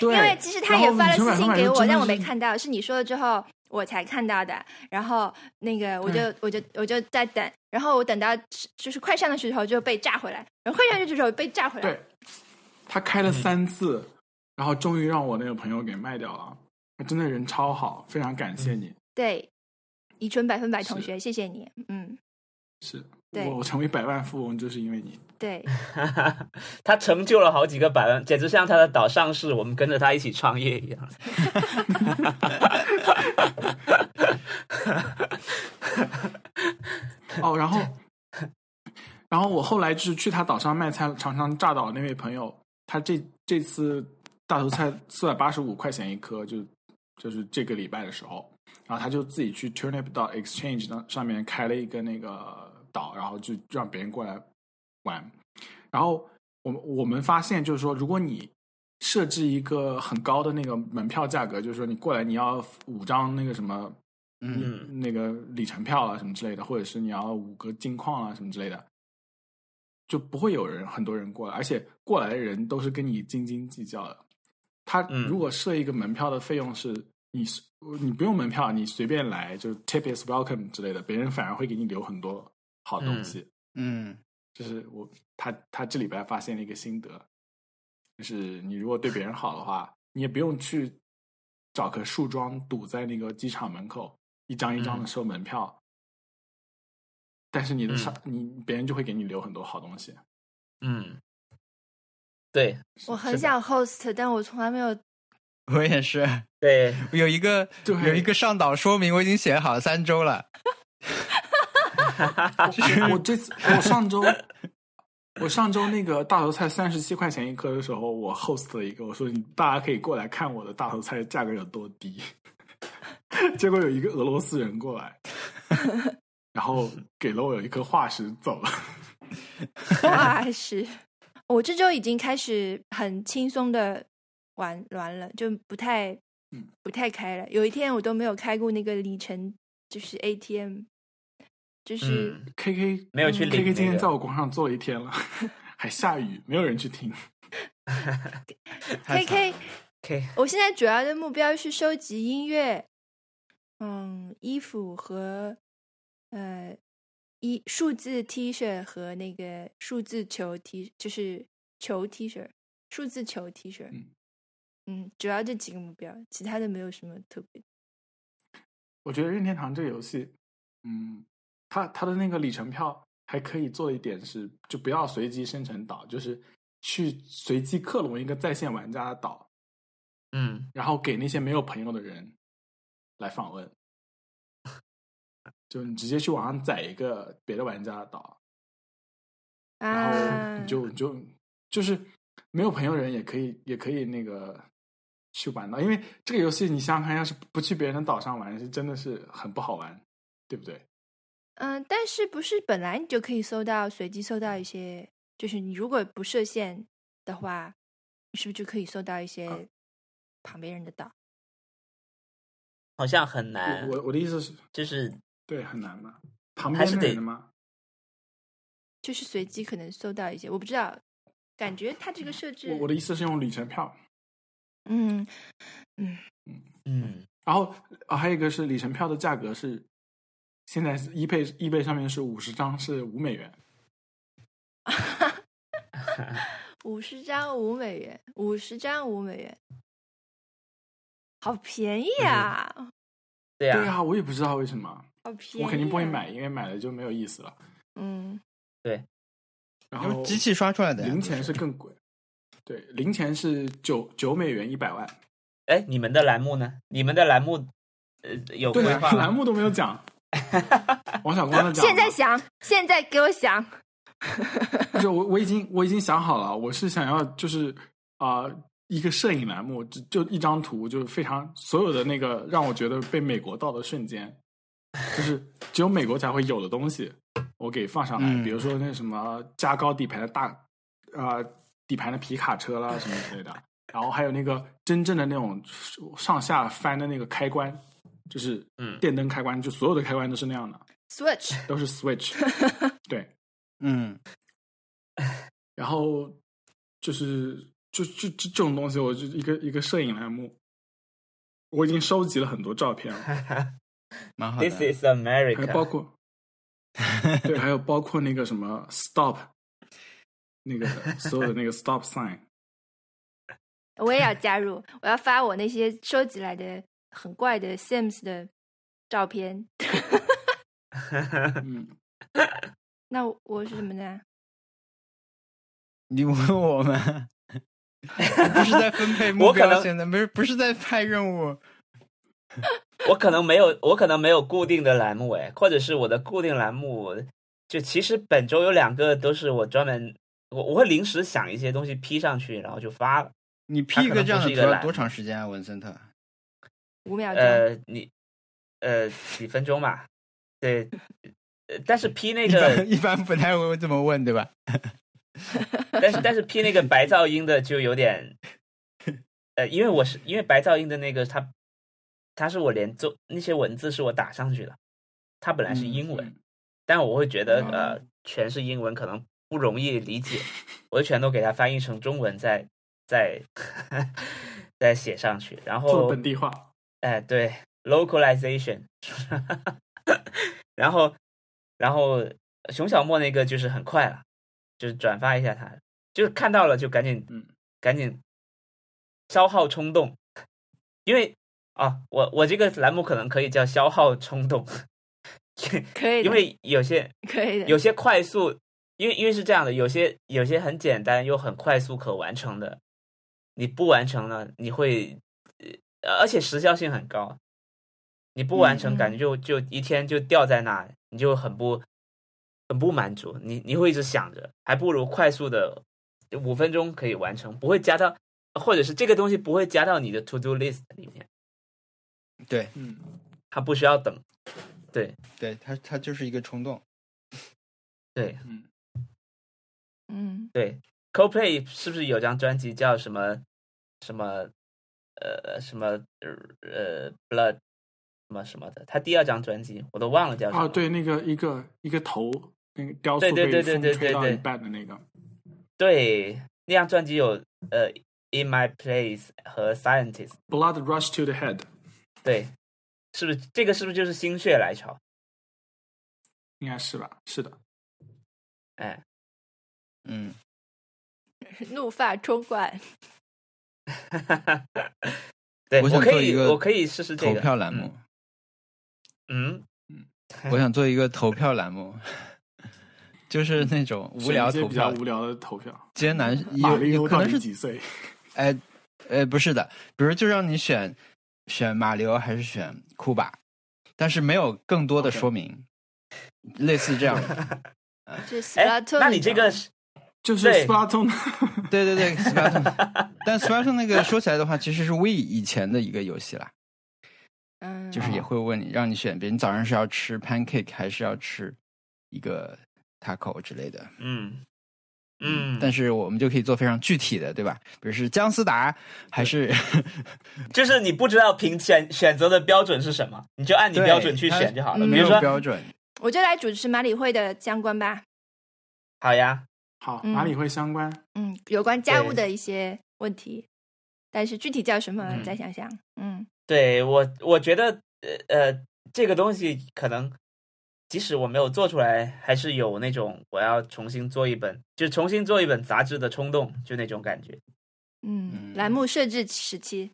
因对为其实他也然后发了你私说信买给东西我，真的但我没是看到，是你说了之后我才看到的。然后那个我就我就我就在等，然后我等到就是快上的时候就被炸回来，然后快上去的时候被炸回来对，，他开了三次，然后终于让我那个朋友给卖掉了。他真的人超好，非常感嗯谢你。对，以纯百分百同是学，谢谢你，嗯，是对我成为百万富翁就是因为你。 对， 他成就了好几个百万，简直像他的岛上市，我们跟着他一起创业一样。哦，然后，然后我后来就是去他岛上卖菜，常常炸倒那位朋友。他这这次大头菜四百八十五块钱一颗，就就是这个礼拜的时候，然后他就自己去 Turnip 到 Exchange 上上面开了一个那个岛，然后就让别人过来玩。然后我们我们发现，就是说，如果你设置一个很高的那个门票价格，就是说你过来你要五张那个什么嗯，嗯那个里程票啊什么之类的，或者是你要五个金矿啊什么之类的，就不会有人很多人过来，而且过来的人都是跟你斤斤计较的。他嗯如果设一个门票的费用是你随你不用门票，你随便来，就是 tip is welcome 之类的，别人反而会给你留很多好东西。 嗯，这是我他他这礼拜发现了一个心得，就是你如果对别人好的话，你也不用去找棵树桩堵在那个机场门口，一张一张的收门票。但是你的上、你别人就会给你留很多好东西。嗯，对我是很的想 host，但我从来没有我也是， 对，有一个对有一个上岛说明，我已经写好三周了。 我这次我上周我上周那个大头菜三十七块钱一颗的时候，我 host 了一个，我说你大家可以过来看我的大头菜价格有多低。 结果有一个俄罗斯人过来，然后给了我一颗化石走了。 哇啊是，我这周已经开始很轻松的玩玩了，就不太嗯不太开了。有一天我都没有开过那个里程，就是 ATM，就是、嗯， K K 没有去领 K K 今那天个在我广场坐了一天了， 还下雨，没有人去听。太 KK 惨了 OK，我现在主要的目标是收集音乐，嗯，衣服和呃一数字 T 恤和那个数字球 T，就是球 T 恤，数字球 T 恤。嗯嗯，主要这几个目标，其他的没有什么特别。我觉得任天堂这个游戏，嗯，它它的那个里程票还可以做的一点是，就不要随机生成岛，就是去随机克隆一个在线玩家的岛，嗯，然后给那些没有朋友的人来访问。就你直接去网上载一个别的玩家的岛，然啊，后你就你就就是没有朋友人也可以也可以那个去玩到，因为这个游戏你想想看，要是不去别人的岛上玩，是真的是很不好玩，对不对？嗯，但是不是本来你就可以搜到随机搜到一些，就是你如果不设限的话，你是不是就可以搜到一啊些旁边人的岛？好像很难，我我我的意思是，就是对，很难嘛，旁还边是的得人的吗？就是随机可能搜到一些，我不知道，感觉它这个设置我，我的意思是用里程票，嗯，嗯，然后、啊还有一个是里程票的价格是。现在是 eBay eBay 上面是五十张是五美元，五十张五美元，五十张五美元，好便宜啊，对对呀、啊，我也不知道为什么，好便宜、啊我肯定不会。买，因为买了就没有意思了。嗯，然因后为机器刷出来的呀。零钱是更贵，对，零钱是九九美元一百万，哎、你们的栏目呢？你们的栏目呃有对规啊划，吗栏目都没有 讲，王小光的讲，现在想，现在给我想，不是我我已经我已经想好了，我是想要就是啊、一个摄影栏目，就就一张图，就是非常所有的那个让我觉得被美国盗的瞬间，就是只有美国才会有的东西，我给放上来，嗯比如说那什么加高底盘的大啊、呃底盘的皮卡车啦什么之类的，然后还有那个真正的那种上下翻的那个开关，就是嗯电灯开关，就所有的开关都是那样的， Switch 都是 switch，对，嗯然后就是就就就这种东西，我就一个一个摄影栏目，我已经收集了很多照片了，蛮好的。 This is 还有包 America，括对，还有包括那个什么 stop，那个所有的那个 stop sign，我也要加入，我要发我那些收集来的很怪的 Sims 的照片。 嗯，那我我是什么呢？你问我们，不是在分配目我可标能性的，不是不是在派任务。我可能没有，我可能没有固定的栏目哎，或者是我的固定栏目，就其实本周有两个都是我专门，我我会临时想一些东西 P 上去，然后就发了。你 P 一个这样它可能不的是一图个要栏多长时间啊，文森特？五秒钟。呃，你呃几分钟吧，对， 呃但是 P 那一个般一般不太会这么问，对吧？但是但是 P 那个白噪音的就 有点，呃，因为我是因为白噪音的那个它，它是我连做那些文字是我打上去的，它本来是英文，嗯但我会觉得呃哦全是英文可能不容易理解，我就全都给它翻译成中文再再 再写上去，然做后本地化，哎，对，localization，然后，然后熊小莫那个就是很快了，就是转发一下他，就是看到了就赶紧，嗯赶紧消耗冲动，因为啊，我我这个栏目可能可以叫消耗冲动，可以的，因为有些可以的，有些快速，因为因为是这样的，有些有些很简单又很快速可完成的，你不完成呢，你会，呃，而且时效性很高，你不完成，嗯感觉就就一天就掉在那，你就很不很不满足，你你会一直想着，还不如快速的五分钟可以完成，不会加到，或者是这个东西不会加到你的 to do list 里面，对嗯，它不需要等，对对，他他就是一个冲动。对，嗯，对，Coldplay 是不是有张专辑叫什么什么呃什么呃 Blood 什么什么的？他第二张专辑我都忘了叫什哦么。啊，对，那个一个一个头，那个雕塑对对被对对风对吹对到对一半的那个，对那张专辑有呃 In My Place 和 Scientist。 Blood rush to the head，对，是不是这个是不是就是心血来潮？应该是吧？是的，哎， 嗯，怒发冲冠，对我想可做一以个我可以试试这投个票栏目，嗯，我想做一个投票栏目， 就是那种无聊嗯选一些投比较票，无聊的投票。艰难马有里欧有可到能底是几岁？哎呃不是的，比如就让你选选马里奥还是选库巴，但是没有更多的 OK 说明，类似 这样的。是哎 Splatoon。，那你这个是就是对 Splatoon，对对对 s p l a t o n 但 s p l a t o n 那个说起来的话，其实是 We 以前的一个游戏啦，嗯，就是也会问你，让你选，别人早上是要吃 pancake 还是要吃一个 taco 之类的。嗯嗯，但是我们就可以做非常具体的，对吧？比如是姜思达还 是就是你不知道评选选择的标准是什么，你就按你对标准去它选就好了。嗯比没如有说，标准？我就来主持马里会的相关吧，好呀，好，嗯马里会相关。嗯，有关家务对的一些问题，但是具体叫什么嗯再想想，嗯，对我我觉得呃呃，这个东西可能即使我没有做出来，还是有那种我要重新做一本，就重新做一本杂志的冲动，就那种感觉。嗯，嗯栏目设置时期，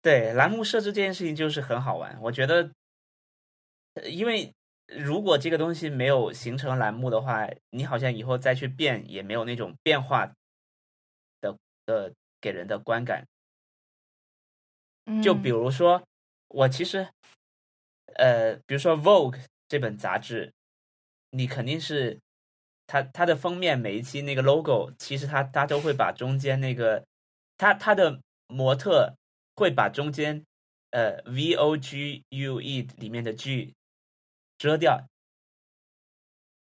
对，栏目设置这件事情就是很好玩，我觉得，呃因为如果这个东西没有形成栏目的话，你好像以后再去变也没有那种变化的的给人的观感。嗯，就比如说，我其实，呃，比如说《Vogue》这本杂志，你肯定是它它的封面每一期那个 logo，其实它它都会把中间那个他他的模特会把中间呃 V O G U E 里面的 G 遮掉，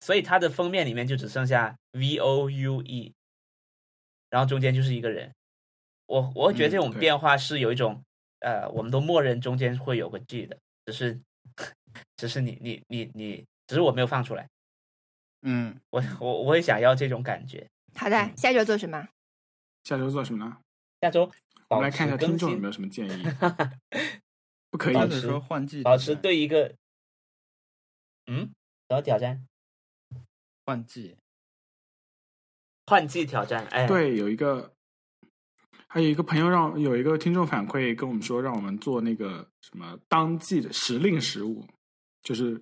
所以它的封面里面就只剩下 V O U E，然后中间就是一个人。我我觉得这嗯种对变化是有一种、呃，我们都默认中间会有个 G 的，只是 只是你你你你，只是我没有放出来。嗯，我我我也想要这种感觉。好的，下一周做什么？下周做什么呢？下周我保们来看一持下更听众有新没有什么建议。 不可以保或持者说换季保持战对一个，嗯，什么挑战？换季，换季挑战，哎，，对，有一个，还有一个朋友让有一个听众反馈跟我们说，让我们做那个什么当季的时令食物，就是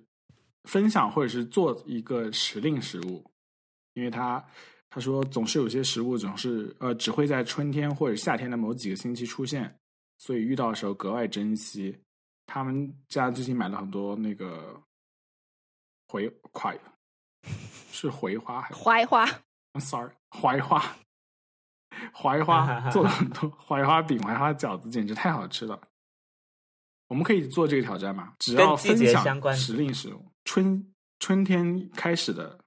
分享或者是做一个时令食物，因为他他说总是有些食物总是呃只会在春天或者夏天的某几个星期出现，所以遇到的时候格外珍惜。他们家最近买了很多那个葵快是葵花还是花一花， I'm sorry，槐花，槐 花做了很多槐花饼、槐花饺子，简直太好吃了。我们可以做这个挑战吗？只跟要季分节享相关时令食物，春春天开始的，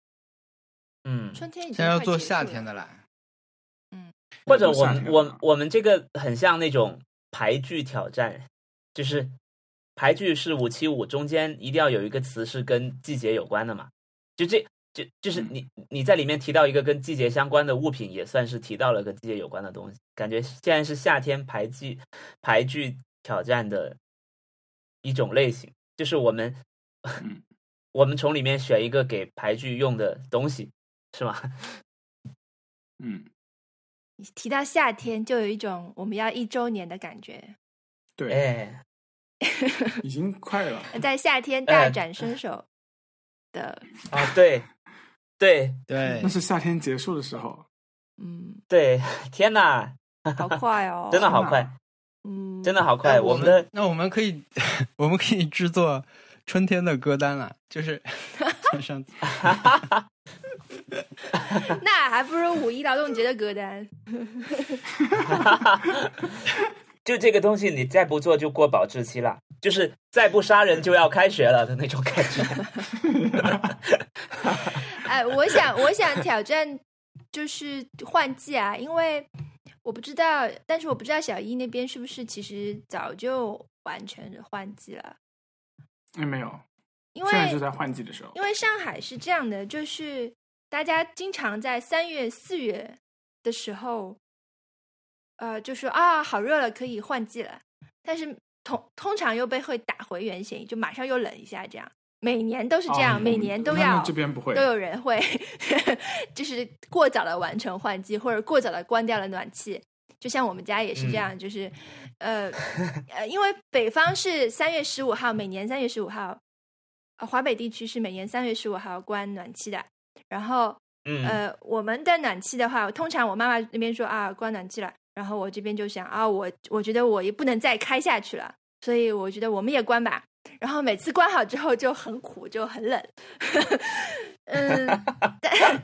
嗯，春天已经现在要快做结束夏了天的来，或者我夏们天我我们这个很像那种排剧挑战，就是排剧是五七五，中间一定要有一个词是跟季节有关的嘛，就这。就就是嗯你你在里面提到一个跟季节相关的物品，也算是提到了跟季节有关的东西。感觉现在是夏天排季排剧挑战的一种类型，就是我们嗯 我们从里面选一个给排剧用的东西，是吗？嗯，你提到夏天，就有一种我们要一周年的感觉，对， 哎，已经快了。在夏天哎大展身手的，啊，对对对那，是夏天结束的时候，嗯，对，天哪，，好快哦真的好天哪快，嗯，真的好快！哎我我们的那我们可以 我们可以制作春天的歌单了，就是像上 次那还不如五一劳动节的歌单。 就这个东西，你再不做就过保质期了，就是再不杀人就要开学了的那种感觉。 哎，我想，我想挑战就是换季啊，因为我不知道，但是我不知道小一那边是不是其实早就完成了换季了，哎，没有，因现在就为在换季的时候因。为上海是这样的，就是大家经常在三月、四月的时候，呃，就说啊，好热了，可以换季了，但是通通常又被会打回原形，就马上又冷一下，这样每年都是这样，哦每我们年都那要那这边不会都有人会 就是过早的完成换季，或者过早的关掉了暖气。就像我们家也是这样，就是呃呃，因为北方是三月十五号，每年三月十五号，呃，华北地区是每年三月十五号关暖气的。然后嗯，呃，我们的暖气的话，通常我妈妈那边说啊关暖气了，然后我这边就想啊我我觉得我也不能再开下去了，所以我觉得我们也关吧。然后每次关好之后就很苦，就很冷。嗯，但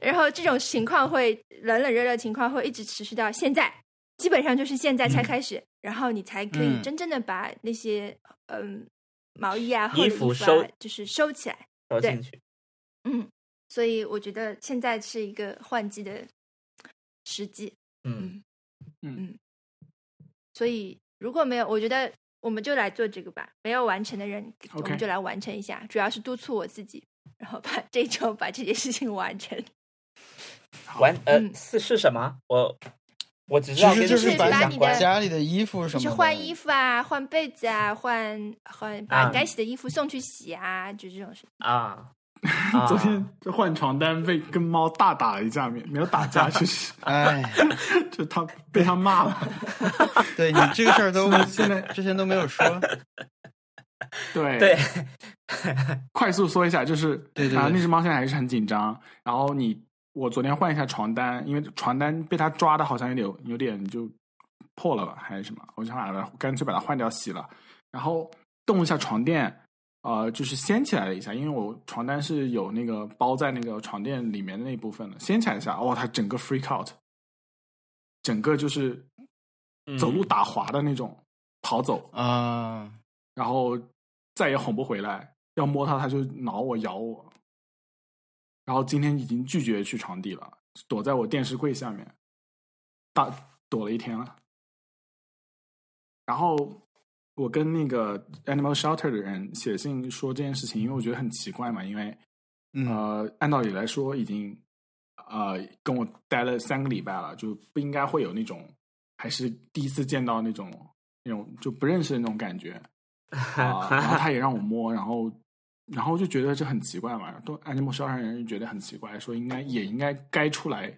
然后这种情况会冷冷热热情况会一直持续到现在，基本上就是现在才开始，然后你才可以嗯真正的把那些嗯毛衣啊、厚衣的服衣服啊收就是收起来。有对兴趣。嗯，所以我觉得现在是一个换季的时机。嗯，所以如果没有，我觉得我们就来做这个吧。没有完成的人 OK 我们就来完成一下。主要是督促我自己，然后把这周把这件事情完成。好完呃嗯是是什么？我我只知其道实跟就季是节把把相你关的家里的衣服就什么是的换衣服啊，换被子啊，换换把啊该洗的衣服送去洗啊，就这种事。啊。昨啊天就换床单被跟猫大打了一架，没没有打架，就是哎， 就他被他骂 了。对你这个事儿都现在之前都没有说，对对， 快速说一下，就是对对对啊，那只猫现在还是很紧张。然后你，我昨天换一下床单，因为床单被它抓的好像有点有点就破了吧，还是什么，我就想把它干脆把它换掉洗了。然后动一下床垫，呃，就是掀起来了一下，因为我床单是有那个包在那个床垫里面的那一部分的，掀起来一下，哇、它整个 freak out，整个就是走路打滑的那种跑走，啊，然后再也哄不回来，要摸它它就挠我咬我，然后今天已经拒绝去床底了，躲在我电视柜下面，大躲了一天了。然后我跟那个 Animal Shelter 的人写信说这件事情，因为我觉得很奇怪嘛，因为嗯呃，按道理来说，已经呃跟我待了三个礼拜了，就不应该会有那种还是第一次见到那种那种就不认识的那种感觉啊、然后他也让我摸，然后然后就觉得这很奇怪嘛，都 Animal Shelter 人就觉得很奇怪，说应该也应该该出来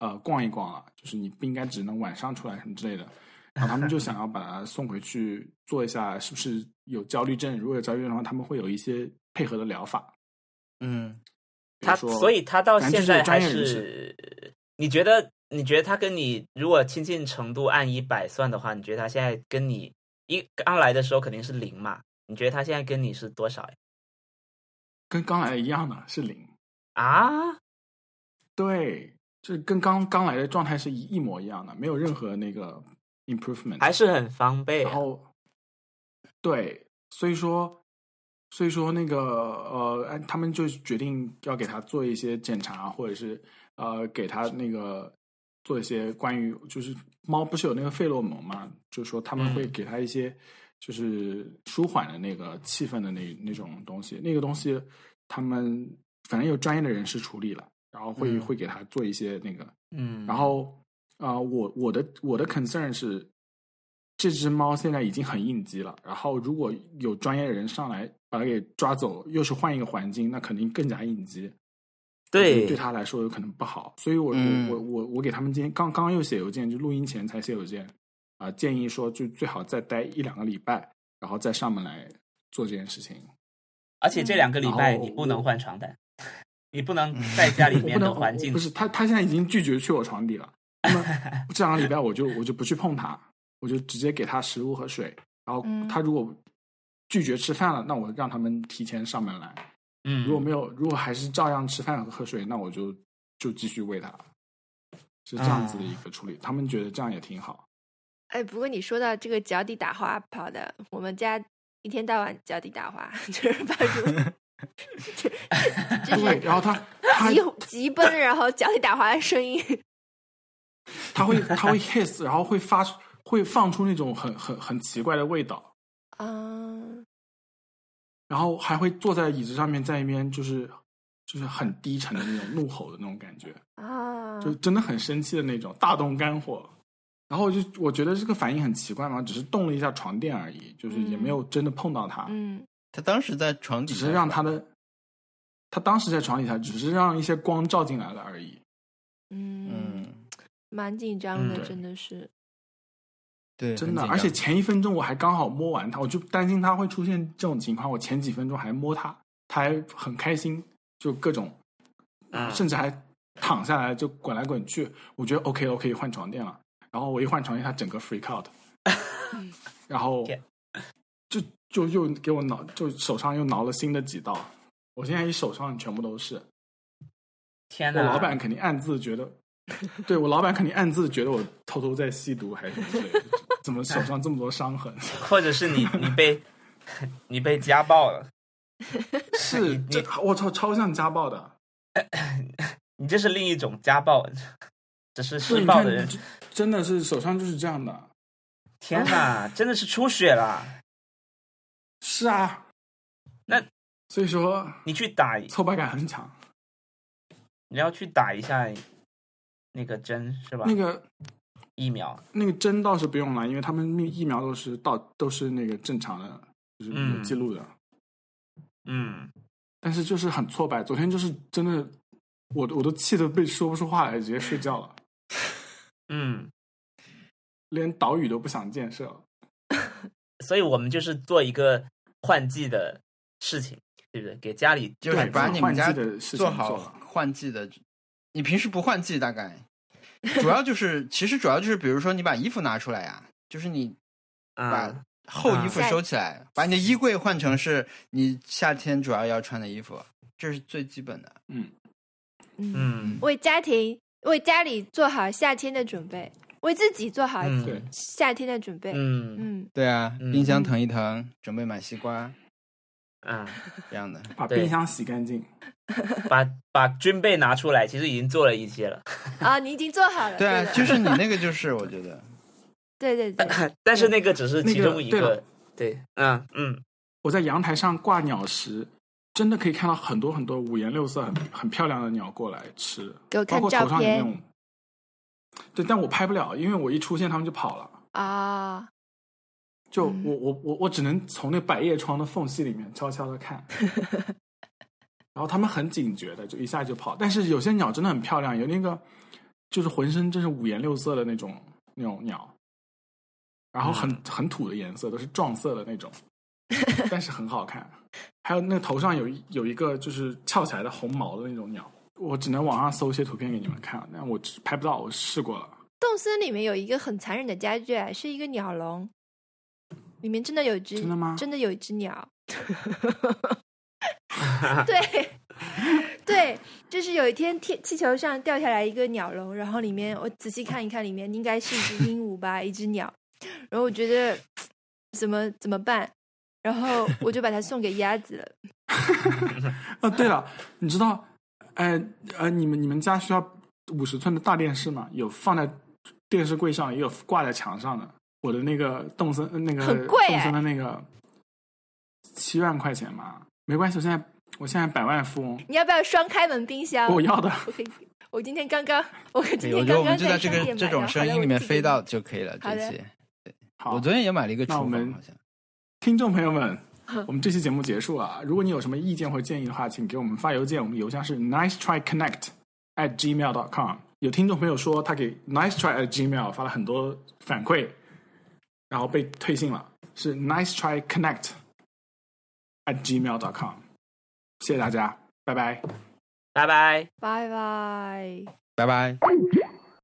呃逛一逛了，就是你不应该只能晚上出来什么之类的。然后他们就想要把它送回去做一下，是不是有焦虑症？如果有焦虑症的话，他们会有一些配合的疗法。嗯，比如他说所以他到反正现就是有在还专业人士是，你觉得你觉得他跟你如果亲近程度按一百算的话，你觉得他现在跟你一刚来的时候肯定是零嘛？你觉得他现在跟你是多少呀？跟刚来的一样的，是零。啊，对，就是跟刚刚来的状态是一一模一样的，没有任何那个 improvement。还是很防备然啊、后，对，所以说，所以说那个呃，哎他们就决定要给他做一些检查，或者是呃，给他那个做一些关于就是猫不是有那个费洛蒙嘛，就是说他们会嗯给他一些就是舒缓的那个气氛的那那种东西，那个东西他们反正有专业的人士处理了，然后会、嗯会给他做一些那个嗯，然后啊、呃我我的我的 concern 是，这只猫现在已经很应激了，然后如果有专业人上来把它给抓走，又是换一个环境，那肯定更加应激。对对它来说有可能不好，所以我、嗯我我我我给他们今天刚刚刚又写邮件，就录音前才写邮件啊、建议说就最好再待一两个礼拜，然后再上门来做这件事情。而且这两个礼拜然后你不能换床单， 你不能在家里我面不的能环境不是他，他现在已经拒绝去我床底了。那 么这两个礼拜我就我就不去碰它，我就直接给它食物和水。然后嗯它如果拒绝吃饭了，那我让他们提前上门来。嗯，如果没有，如果还是照样吃饭和喝水，那我就就继续喂它。是这样子啊的一个处理，他们觉得这样也挺好。哎，不过你说到这个脚底打滑跑的，我们家一天到晚脚底打滑， 就是把如对，然后它它急急奔，然后脚底打滑的声音，它会它会 hiss，然后会发出会放出那种很很很奇怪的味道。嗯，然后还会坐在椅子上面，在一边就是就是很低沉的那种怒吼的那种感觉，啊，就真的很生气的那种，大动肝火。然后我就我觉得这个反应很奇怪嘛，只是动了一下床垫而已，就是也没有真的碰到它，嗯他当时在床底只下是让它的，它当时在床底下，只是让一些光照进来了而已。嗯，嗯，蛮紧张嗯的，对真的是，对，真的，很紧张而且前一分钟我还刚好摸完它，我就担心它会出现这种情况。我前几分钟还摸它，它还很开心，就各种，嗯甚至还躺下来就滚来滚去。我觉得 OK OK 换床垫了，然后我一换床垫，它整个 freak out，然后天就就又给我挠，就手上又挠了新的几道。我现在一手上全部都是，天我哪，老板肯定暗自觉得，对我老板肯定暗自觉得我偷偷在吸毒还是什么之类 的，怎么手上这么多伤痕？或者是你你被 你被家暴了，是你这，我操，超像家暴的。你这是另一种家暴，只是对施你暴看的人，这真的是手上就是这样的。天哪，真的是出血了，是啊，那所以说你去打，你挫败感很强。要去打一下那个针是吧？那个疫苗，那个针倒是不用了，因为他们疫苗都是到都是那个正常的，就是嗯有记录的。嗯，但是就是很挫败，昨天就是真的，我我都气得被说不出话来，直接睡觉了，嗯，连岛屿都不想建设了。所以我们就是做一个换季的事情，对不对？给家里就是把你们家对换季的事情做做好好换季的。你平时不换季，大概主要就是，其实主要就是，比如说你把衣服拿出来呀、就是你啊，厚衣服啊收起来，把你的衣柜换成是你夏天主要要穿的衣服，这是最基本的。嗯，嗯，嗯，为家庭为家里做好夏天的准备，为自己做好嗯对夏天的准备。嗯嗯，对啊，嗯冰箱腾一腾，准备买西 瓜啊，这样的。把对冰箱洗干净。把把军备拿出来，其实已经做了一些了， 啊，你已经做好了。对啊，的就是你那个就是，我 觉得对对对，但是那个只是那其个中一对了个。对，嗯嗯，我在阳台上挂鸟时，真的可以看到很多很多五颜六色、很很漂亮的鸟过来吃，给我包看括照头上有那片种。对，但我拍不了，因为我一出现他们就跑了。啊，就嗯我我我我只能从那百叶窗的缝隙里面悄悄的看，然后他们很警觉的，就一下就跑。但是有些鸟真的很漂亮，有那个就是浑身真是五颜六色的那种那种鸟，然后很、很土的颜色，都是撞色的那种，但是很好看。还有那头上有一有一个就是翘起来的红毛的那种鸟，我只能网上搜一些图片给你们看，但我只拍不到，我试过了。动森里面有一个很残忍的家具，啊，是一个鸟笼，里面真的有一只，真的吗真的有一只 鸟。对，对，就是有一天天气球上掉下来一个鸟笼，然后里面我仔细看一看，里面应该是一只鹦鹉吧，一只鸟。然后我觉得怎么怎么办，然后我就把它送给鸭子了。啊，对了，你知道，呃呃，你们你们家需要五十寸的大电视吗？有放在电视柜上，也有挂在墙上的。我的那个动森，呃那个很贵动哎森的那个七万块钱嘛，没关系，我现在我现在百万富翁，你要不要双开门冰箱？我要的。我可以，我今天刚刚，我今哎对我天觉得刚我们刚就在在这商个店这买种的声好的音里我面寄给飞你到就可以了。好的这期好，我昨天也买了一个厨那我房，们好像听众朋友们，我们这期节目结束了啊。如果你有什么意见或建议的话，请给我们发邮件，我们邮箱是 nice try connect at gmail dot com。有听众朋友说他给 nice try at gmail 发了很多反馈，然后被退信了，是 nice try connect at gmail dot com。谢谢大家，拜拜。拜拜。拜拜。拜拜。